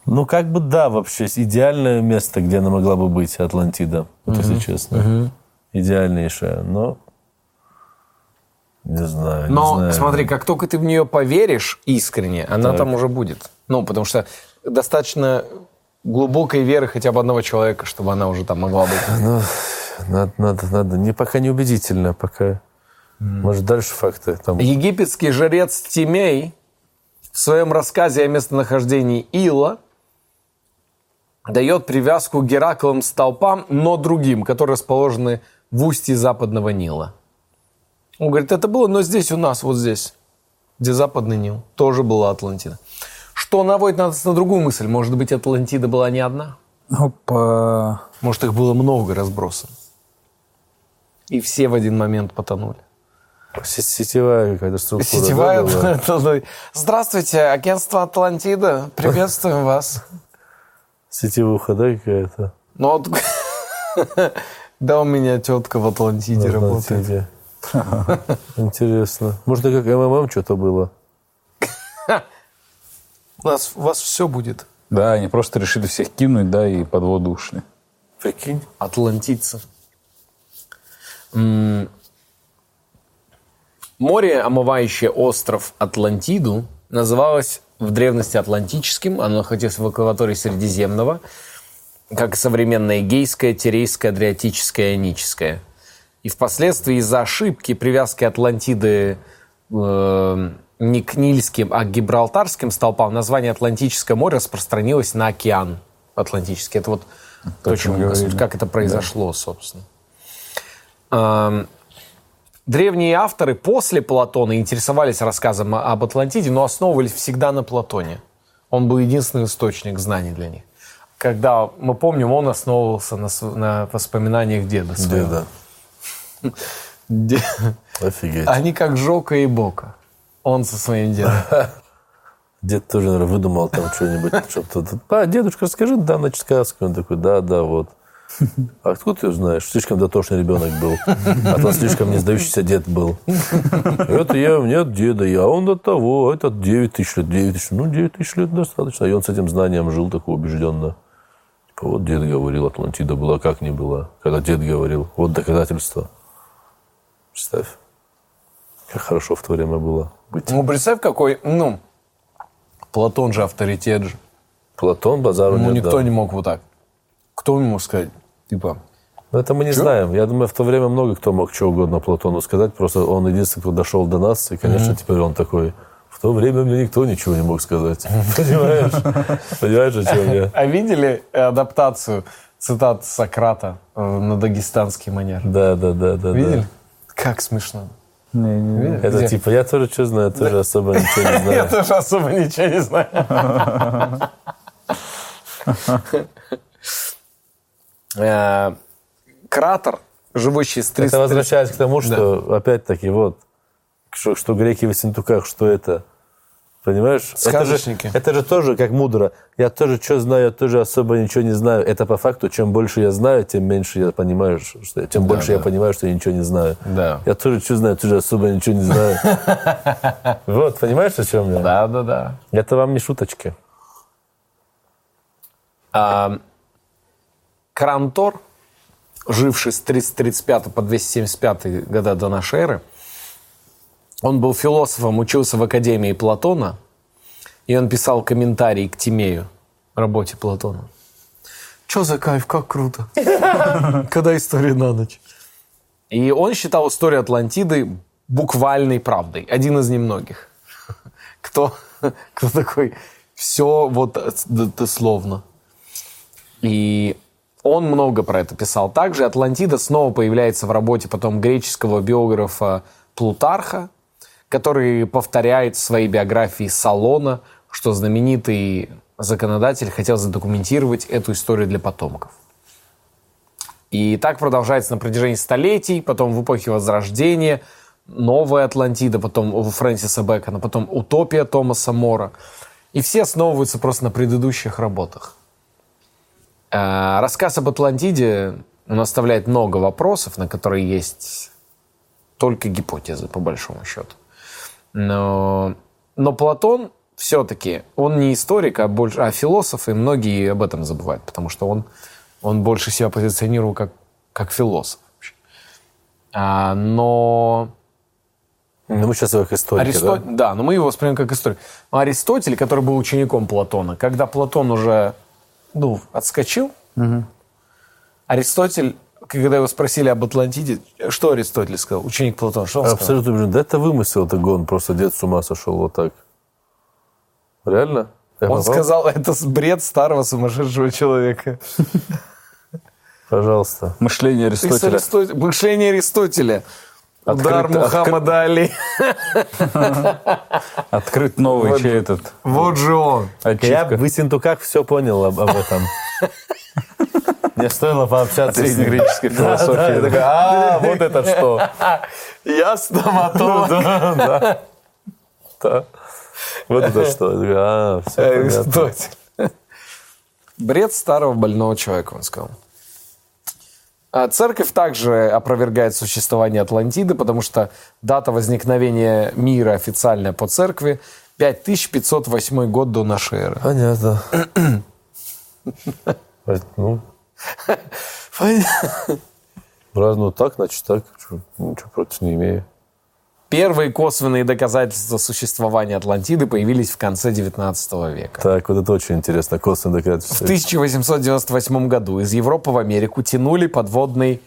C: Ну, как бы да, вообще, с- идеальное место, где она могла бы быть, Атлантида, вот если честно. Идеальнейшее, но... Не знаю, не
A: Но
C: знаю.
A: смотри, как только ты в нее поверишь искренне, она там уже будет. Ну, потому что достаточно глубокой веры хотя бы одного человека, чтобы она уже там могла быть.
C: Ну, надо, надо, надо. Не, пока не убедительно, пока... Может, дальше факты там...
A: Египетский жрец Тимей в своем рассказе о местонахождении Ила дает привязку Гераклом столпам, но другим, которые расположены в устье западного Нила. Он говорит, это было, но здесь у нас, вот здесь, где западный Нил, тоже была Атлантида. Что наводит нас на другую мысль? Может быть, Атлантида была не одна?
B: Опа.
A: Может, их было много разбросано? И все в один момент потонули.
C: се- Сетевая какая-то структура. да,
A: Сетевая
C: была?
A: Атлантида. Здравствуйте, агентство Атлантида. Приветствуем вас.
C: Сетевуха, да, какая-то?
A: Ну вот... Да, у меня тетка в Атлантиде работает.
C: Атлантиде. Интересно. Может, это как МММ что-то было?
A: У нас, у вас все будет.
B: Да, они просто решили всех кинуть, да, и под воду ушли.
C: Прикинь.
A: Атлантийцы. М. Море, омывающее остров Атлантиду, называлось в древности Атлантическим. Оно находилось в акватории Средиземного, как и современное Эгейское, Тирейское, Адриатическое, Ионическое. И впоследствии из-за ошибки привязки Атлантиды э, не к Нильским, а к Гибралтарским столпам название Атлантическое море распространилось на океан Атлантический. Это вот то, чем мы
B: говорили.
A: как это произошло, собственно. Эм, Древние авторы после Платона интересовались рассказом о- об Атлантиде, но основывались всегда на Платоне. Он был единственный источник знаний для них. Когда, мы помним, он основывался на, св- на воспоминаниях деда своего.
C: Да,
A: Де-
C: да. Офигеть.
A: Они как Жока и Бока. Он со своим дедом.
C: Дед тоже, наверное, выдумал там что-нибудь. Что-то. А, дедушка, расскажи, да, значит, сказку. Он такой, да, да, вот. А откуда ты знаешь? Слишком дотошный ребенок был. А то слишком не сдающийся дед был. Это я, у меня от деда, я, а он от того, а этот 9 тысяч лет, 9 тысяч. Ну, 9 тысяч лет достаточно. И он с этим знанием жил такой убежденно. Типа, вот дед говорил, Атлантида была, как не была. Когда дед говорил, вот доказательство. Представь, как хорошо в то время было быть.
A: Ну, представь, какой, ну, Платон же авторитет же.
C: Платон, базару
A: Ему
C: нет, да.
A: никто не мог вот так. Кто ему мог сказать? Типа,
C: Ну, это мы не знаем. Я думаю, в то время много кто мог что угодно Платону сказать. Просто он единственный, кто дошел до нас. И, конечно, теперь он такой... В то время мне никто ничего не мог сказать. Понимаешь? Понимаешь, о чем я?
A: А видели адаптацию цитат Сократа э, на дагестанский манер?
C: Да, да, да, да.
A: Видели?
C: да.
A: Как смешно.
C: Это типа, я тоже что знаю, тоже особо ничего не
A: Я
C: знаю.
A: тоже особо ничего не знаю. Э, Кратер, живущий с
C: Это
A: 30...
C: возвращаясь к тому, что опять-таки вот, что, что греки в Синтуках, что это. Понимаешь? Это же,
A: Сказочники.
C: это же тоже как мудро. Я тоже что знаю, я тоже особо ничего не знаю. Это по факту, чем больше я знаю, тем меньше я понимаю, что я- тем больше я понимаю, что я ничего не знаю.
A: Да.
C: Я тоже что знаю, тоже особо ничего не знаю. Вот, понимаешь, о чем я?
A: Да, да, да.
C: Это вам не шуточки.
A: А, Крантор, живший с 335 по 275 года до нашей эры, он был философом, учился в Академии Платона, и он писал комментарий к Тимею, работе Платона. Чё за кайф, как круто. Когда история на ночь. И он считал историю Атлантиды буквальной правдой. Один из немногих. Кто, кто такой все вот э, дословно. И он много про это писал. Также Атлантида снова появляется в работе потом греческого биографа Плутарха, который повторяет в своей биографии Салона, что знаменитый законодатель хотел задокументировать эту историю для потомков. И так продолжается на протяжении столетий, потом в эпохе Возрождения, новая Атлантида, потом у Фрэнсиса Бэкона, потом утопия Томаса Мора. И все основываются просто на предыдущих работах. Э, Рассказ об Атлантиде, он оставляет много вопросов, на которые есть только гипотезы, по большому счету. Но, но Платон все-таки, он не историк, а, больше, а философ, и многие об этом забывают, потому что он, он больше себя позиционировал как, как философ. вообще. А, но
C: Ну, мы сейчас его как историки,
A: Аристо-
C: да?
A: да? но мы его воспринимаем как историк. Но Аристотель, который был учеником Платона, когда Платон уже ну, отскочил, Аристотель, когда его спросили об Атлантиде, что Аристотель сказал? Ученик Платона, что он сказал?
C: Абсолютно убежден. Да это вымысел, это гон, просто дед с ума сошел вот так. Реально? Я
A: Он
C: попал?
A: сказал, это с- бред старого сумасшедшего человека.
C: Пожалуйста.
B: Мышление
A: Ты с
B: Аристотеля.
A: Аристо- Мышление Аристотеля. Удар
B: Открыто-
A: Мухаммада Али.
B: Открыт новый, чей этот?
A: Вот же он.
C: Я
B: Ачивка.
C: бы как все понял об, об этом. Мне стоило пообщаться с ним.
B: Среднегреческой
C: Да, я
B: философии.
C: такой, а, вот это что.
A: Я стоматолог.
C: Да, да. Да. Вот это что. Я такой, А, все понятно.
A: Аристотель. Бред старого больного человека, он сказал. А церковь также опровергает существование Атлантиды, потому что дата возникновения мира официальная по церкви 5508 год до нашей эры.
C: Понятно. Ну, раз ну так, значит так. Чё, Ничего против не имею.
A: Первые косвенные доказательства существования Атлантиды появились в конце 19 века.
C: Так, вот это очень интересно. Костный
A: В
C: доказательство.
A: 1898 году из Европы в Америку тянули подводный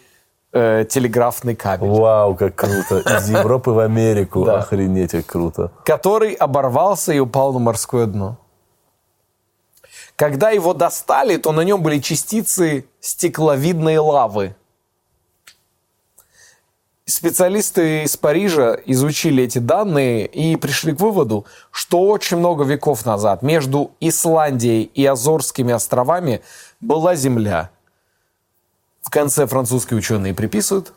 A: э, телеграфный кабель.
C: Вау, как круто. Из Европы в Америку. Охренеть, как круто.
A: который оборвался и упал на морское дно. Когда его достали, то на нем были частицы стекловидной лавы. Специалисты из Парижа изучили эти данные и пришли к выводу, что очень много веков назад между Исландией и Азорскими островами была земля. В конце французские ученые приписывают,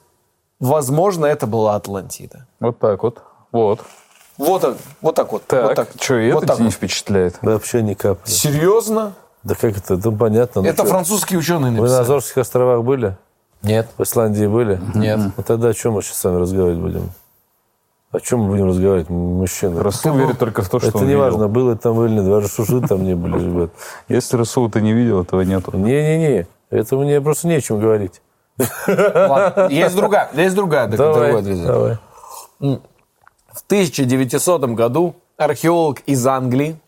A: возможно, это была Атлантида.
B: Вот так вот. Вот.
A: Вот, он, вот так вот.
B: Так,
A: вот так.
B: что, и
A: вот
B: это
A: так
B: тебя не
A: вот.
B: впечатляет?
C: Да вообще ни капли.
A: Серьезно?
C: Да как это? Ну, понятно. ну
A: это
C: чё.
A: французские ученые
C: Вы на
A: написали.
C: Азорских островах были?
A: Нет.
C: В Исландии были?
A: Нет.
C: Ну тогда о чем мы сейчас с вами разговаривать будем? О чем мы будем разговаривать, мужчины?
B: Расул
A: Ну,
B: верит только в то, что
C: это
B: он
C: не
B: видел.
C: важно, было там или нет, даже шуши там не были, ребят.
B: Если Расул ты не видел, этого нету.
C: Не-не-не, это мне просто нечем говорить.
A: Ладно, Есть другая. Есть другая. так,
C: Давай,
A: другое движение.
C: давай.
A: В 1900 году археолог из Англии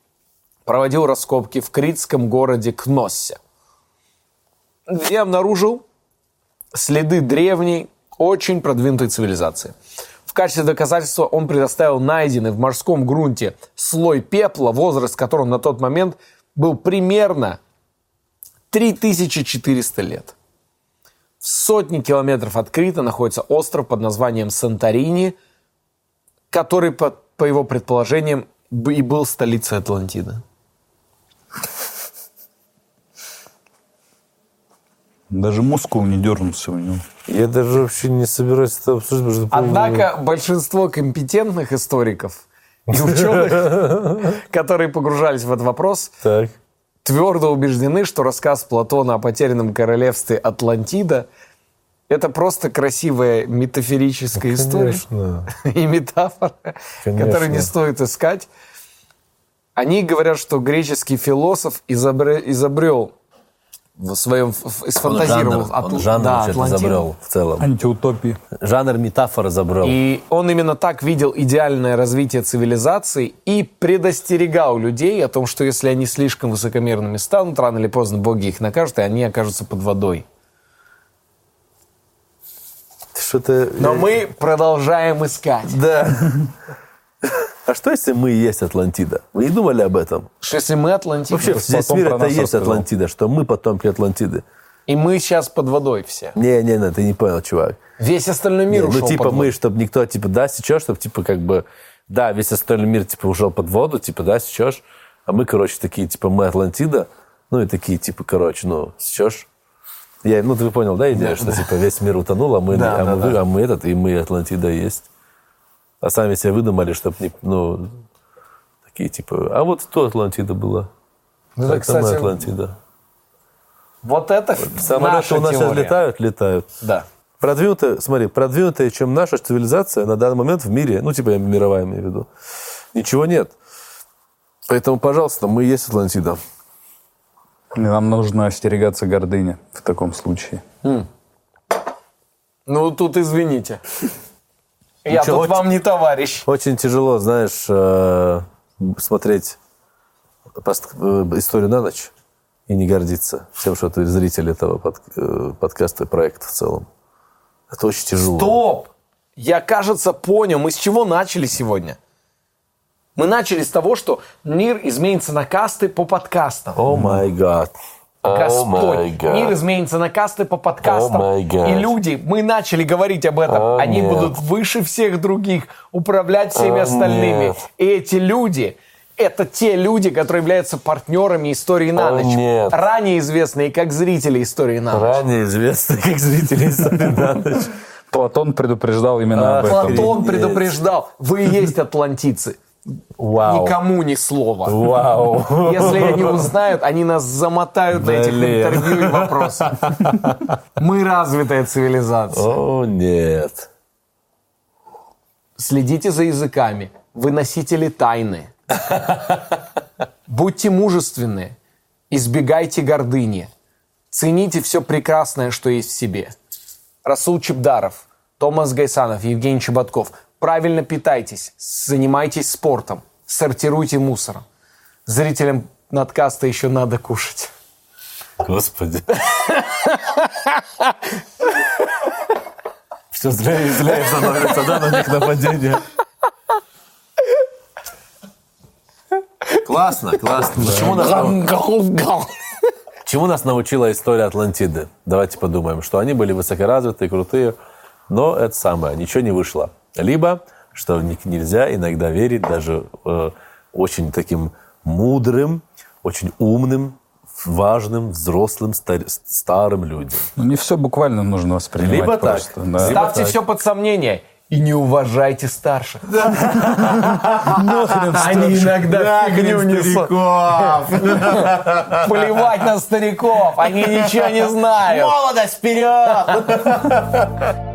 A: проводил раскопки в критском городе Кноссе. И обнаружил следы древней, очень продвинутой цивилизации. В качестве доказательства он предоставил найденный в морском грунте слой пепла, возраст которого на тот момент был примерно 3400 лет. В сотни километров от Крита находится остров под названием Санторини – который, по, по его предположениям, б- и был столицей Атлантиды.
B: Даже мускул не дернулся у него.
C: Я даже вообще не собираюсь это обсуждать, потому что...
A: Однако большинство компетентных историков и ученых, которые погружались в этот вопрос,
C: Так.
A: твердо убеждены, что рассказ Платона о потерянном королевстве Атлантида это просто красивая метафорическая история.
C: Конечно.
A: и метафоры,
C: Конечно.
A: которые не стоит искать. Они говорят, что греческий философ изобре- изобрел в своем ф- сфантазировал.
C: Ну, жанр,
A: от-
C: он жанр
A: а да,
C: вообще-то
A: Атлантиду.
C: забрел в целом.
B: Антиутопии.
C: Жанр метафоры забрел.
A: И он именно так видел идеальное развитие цивилизации и предостерегал людей о том, что если они слишком высокомерными станут, рано или поздно боги их накажут, и они окажутся под водой.
C: Что-то...
A: Но мы продолжаем искать.
C: Да. А что, если мы и есть Атлантида? Вы не думали об этом?
A: Что если мы Атлантида,
C: Вообще, здесь
B: потом
C: мир
B: про
C: это
B: нас
C: и есть
B: рассказал.
C: Атлантида, что мы потомки Атлантиды.
A: и мы сейчас под водой все.
C: Не-не-не, ты не понял, чувак.
A: Весь остальной
C: Не,
A: мир ушел
C: ну, типа,
A: под
C: мы,
A: воду.
C: чтобы никто, типа, да, сейчас, чтобы, типа, как бы, да, весь остальной мир, типа, ушел под воду, типа, да, сейчас, а мы, короче, такие, типа, мы Атлантида, ну, и такие, типа, короче, ну, сейчас. Я, ну, ты понял, да, идея, что, типа, весь мир утонул, а мы,
A: Да,
C: а
A: да,
C: мы, а мы этот, и мы Атлантида есть. А сами себе выдумали, чтобы, не, ну, такие, типа, а вот то Атлантида была.
A: Ну, да,
C: это мы
A: кстати,
C: Атлантида.
A: вот это
C: Самолеты
A: наша
C: у нас сейчас
A: теория.
C: летают, летают.
A: Да.
C: Продвинутая, смотри, продвинутая, чем наша цивилизация на данный момент в мире, ну, типа я мировая имею в виду, ничего нет. Поэтому, пожалуйста, мы и есть Атлантида.
B: Нам нужно остерегаться гордыни в таком случае.
A: Ну, тут извините. Я
C: Ничего
A: тут
C: тебе.
A: вам не товарищ.
C: Очень тяжело, знаешь, э, смотреть пост- э, историю на ночь и не гордиться тем, что ты зритель этого под- э, подкаста и проекта в целом. Это очень тяжело.
A: Топ! Я, кажется, понял, мы с чего начали сегодня. Мы начали с того, что мир изменится на касты по подкастам.
C: О май гад. О май
A: Господь,
C: гад.
A: мир изменится на касты по подкастам.
C: Oh my God.
A: и люди, мы начали говорить об этом,
C: О,
A: они
C: нет.
A: будут выше всех других, управлять всеми
C: О,
A: остальными.
C: нет.
A: И эти люди, это те люди, которые являются партнерами истории на
C: О,
A: ночь.
C: нет.
A: Ранее известные как зрители истории на ночь.
C: Ранее известный как зритель истории на ночь.
B: Платон предупреждал именно об этом.
A: Платон предупреждал, вы и есть атлантицы.
C: Вау.
A: Никому ни слова.
C: Вау.
A: Если они узнают, они нас замотают на этих
C: Блин.
A: интервью и вопросах. Мы развитая цивилизация.
C: О, нет.
A: Следите за языками. Вы носители тайны. Будьте мужественны. Избегайте гордыни. Цените все прекрасное, что есть в себе. Расул Чебдаров, Томас Гайсанов, Евгений Чеботков. Правильно питайтесь, занимайтесь спортом, сортируйте мусор. Зрителям надкаста еще надо кушать.
C: Господи. Все злее и злее становится, да, на них нападение. Классно, классно. Чему нас, нау- чему нас научила история Атлантиды? Давайте подумаем, что они были высокоразвитые, крутые, но это самое, ничего не вышло. Либо, что в них нельзя иногда верить даже э, очень таким мудрым, очень умным, важным, взрослым, стар- старым людям.
B: Ну, не все буквально нужно воспринимать
C: Либо так.
B: просто. да.
C: Либо-
A: Ставьте
C: так.
A: все под сомнение и не уважайте старших. Они иногда фигню несут. Плевать на стариков, они ничего не знают.
G: Молодость вперед!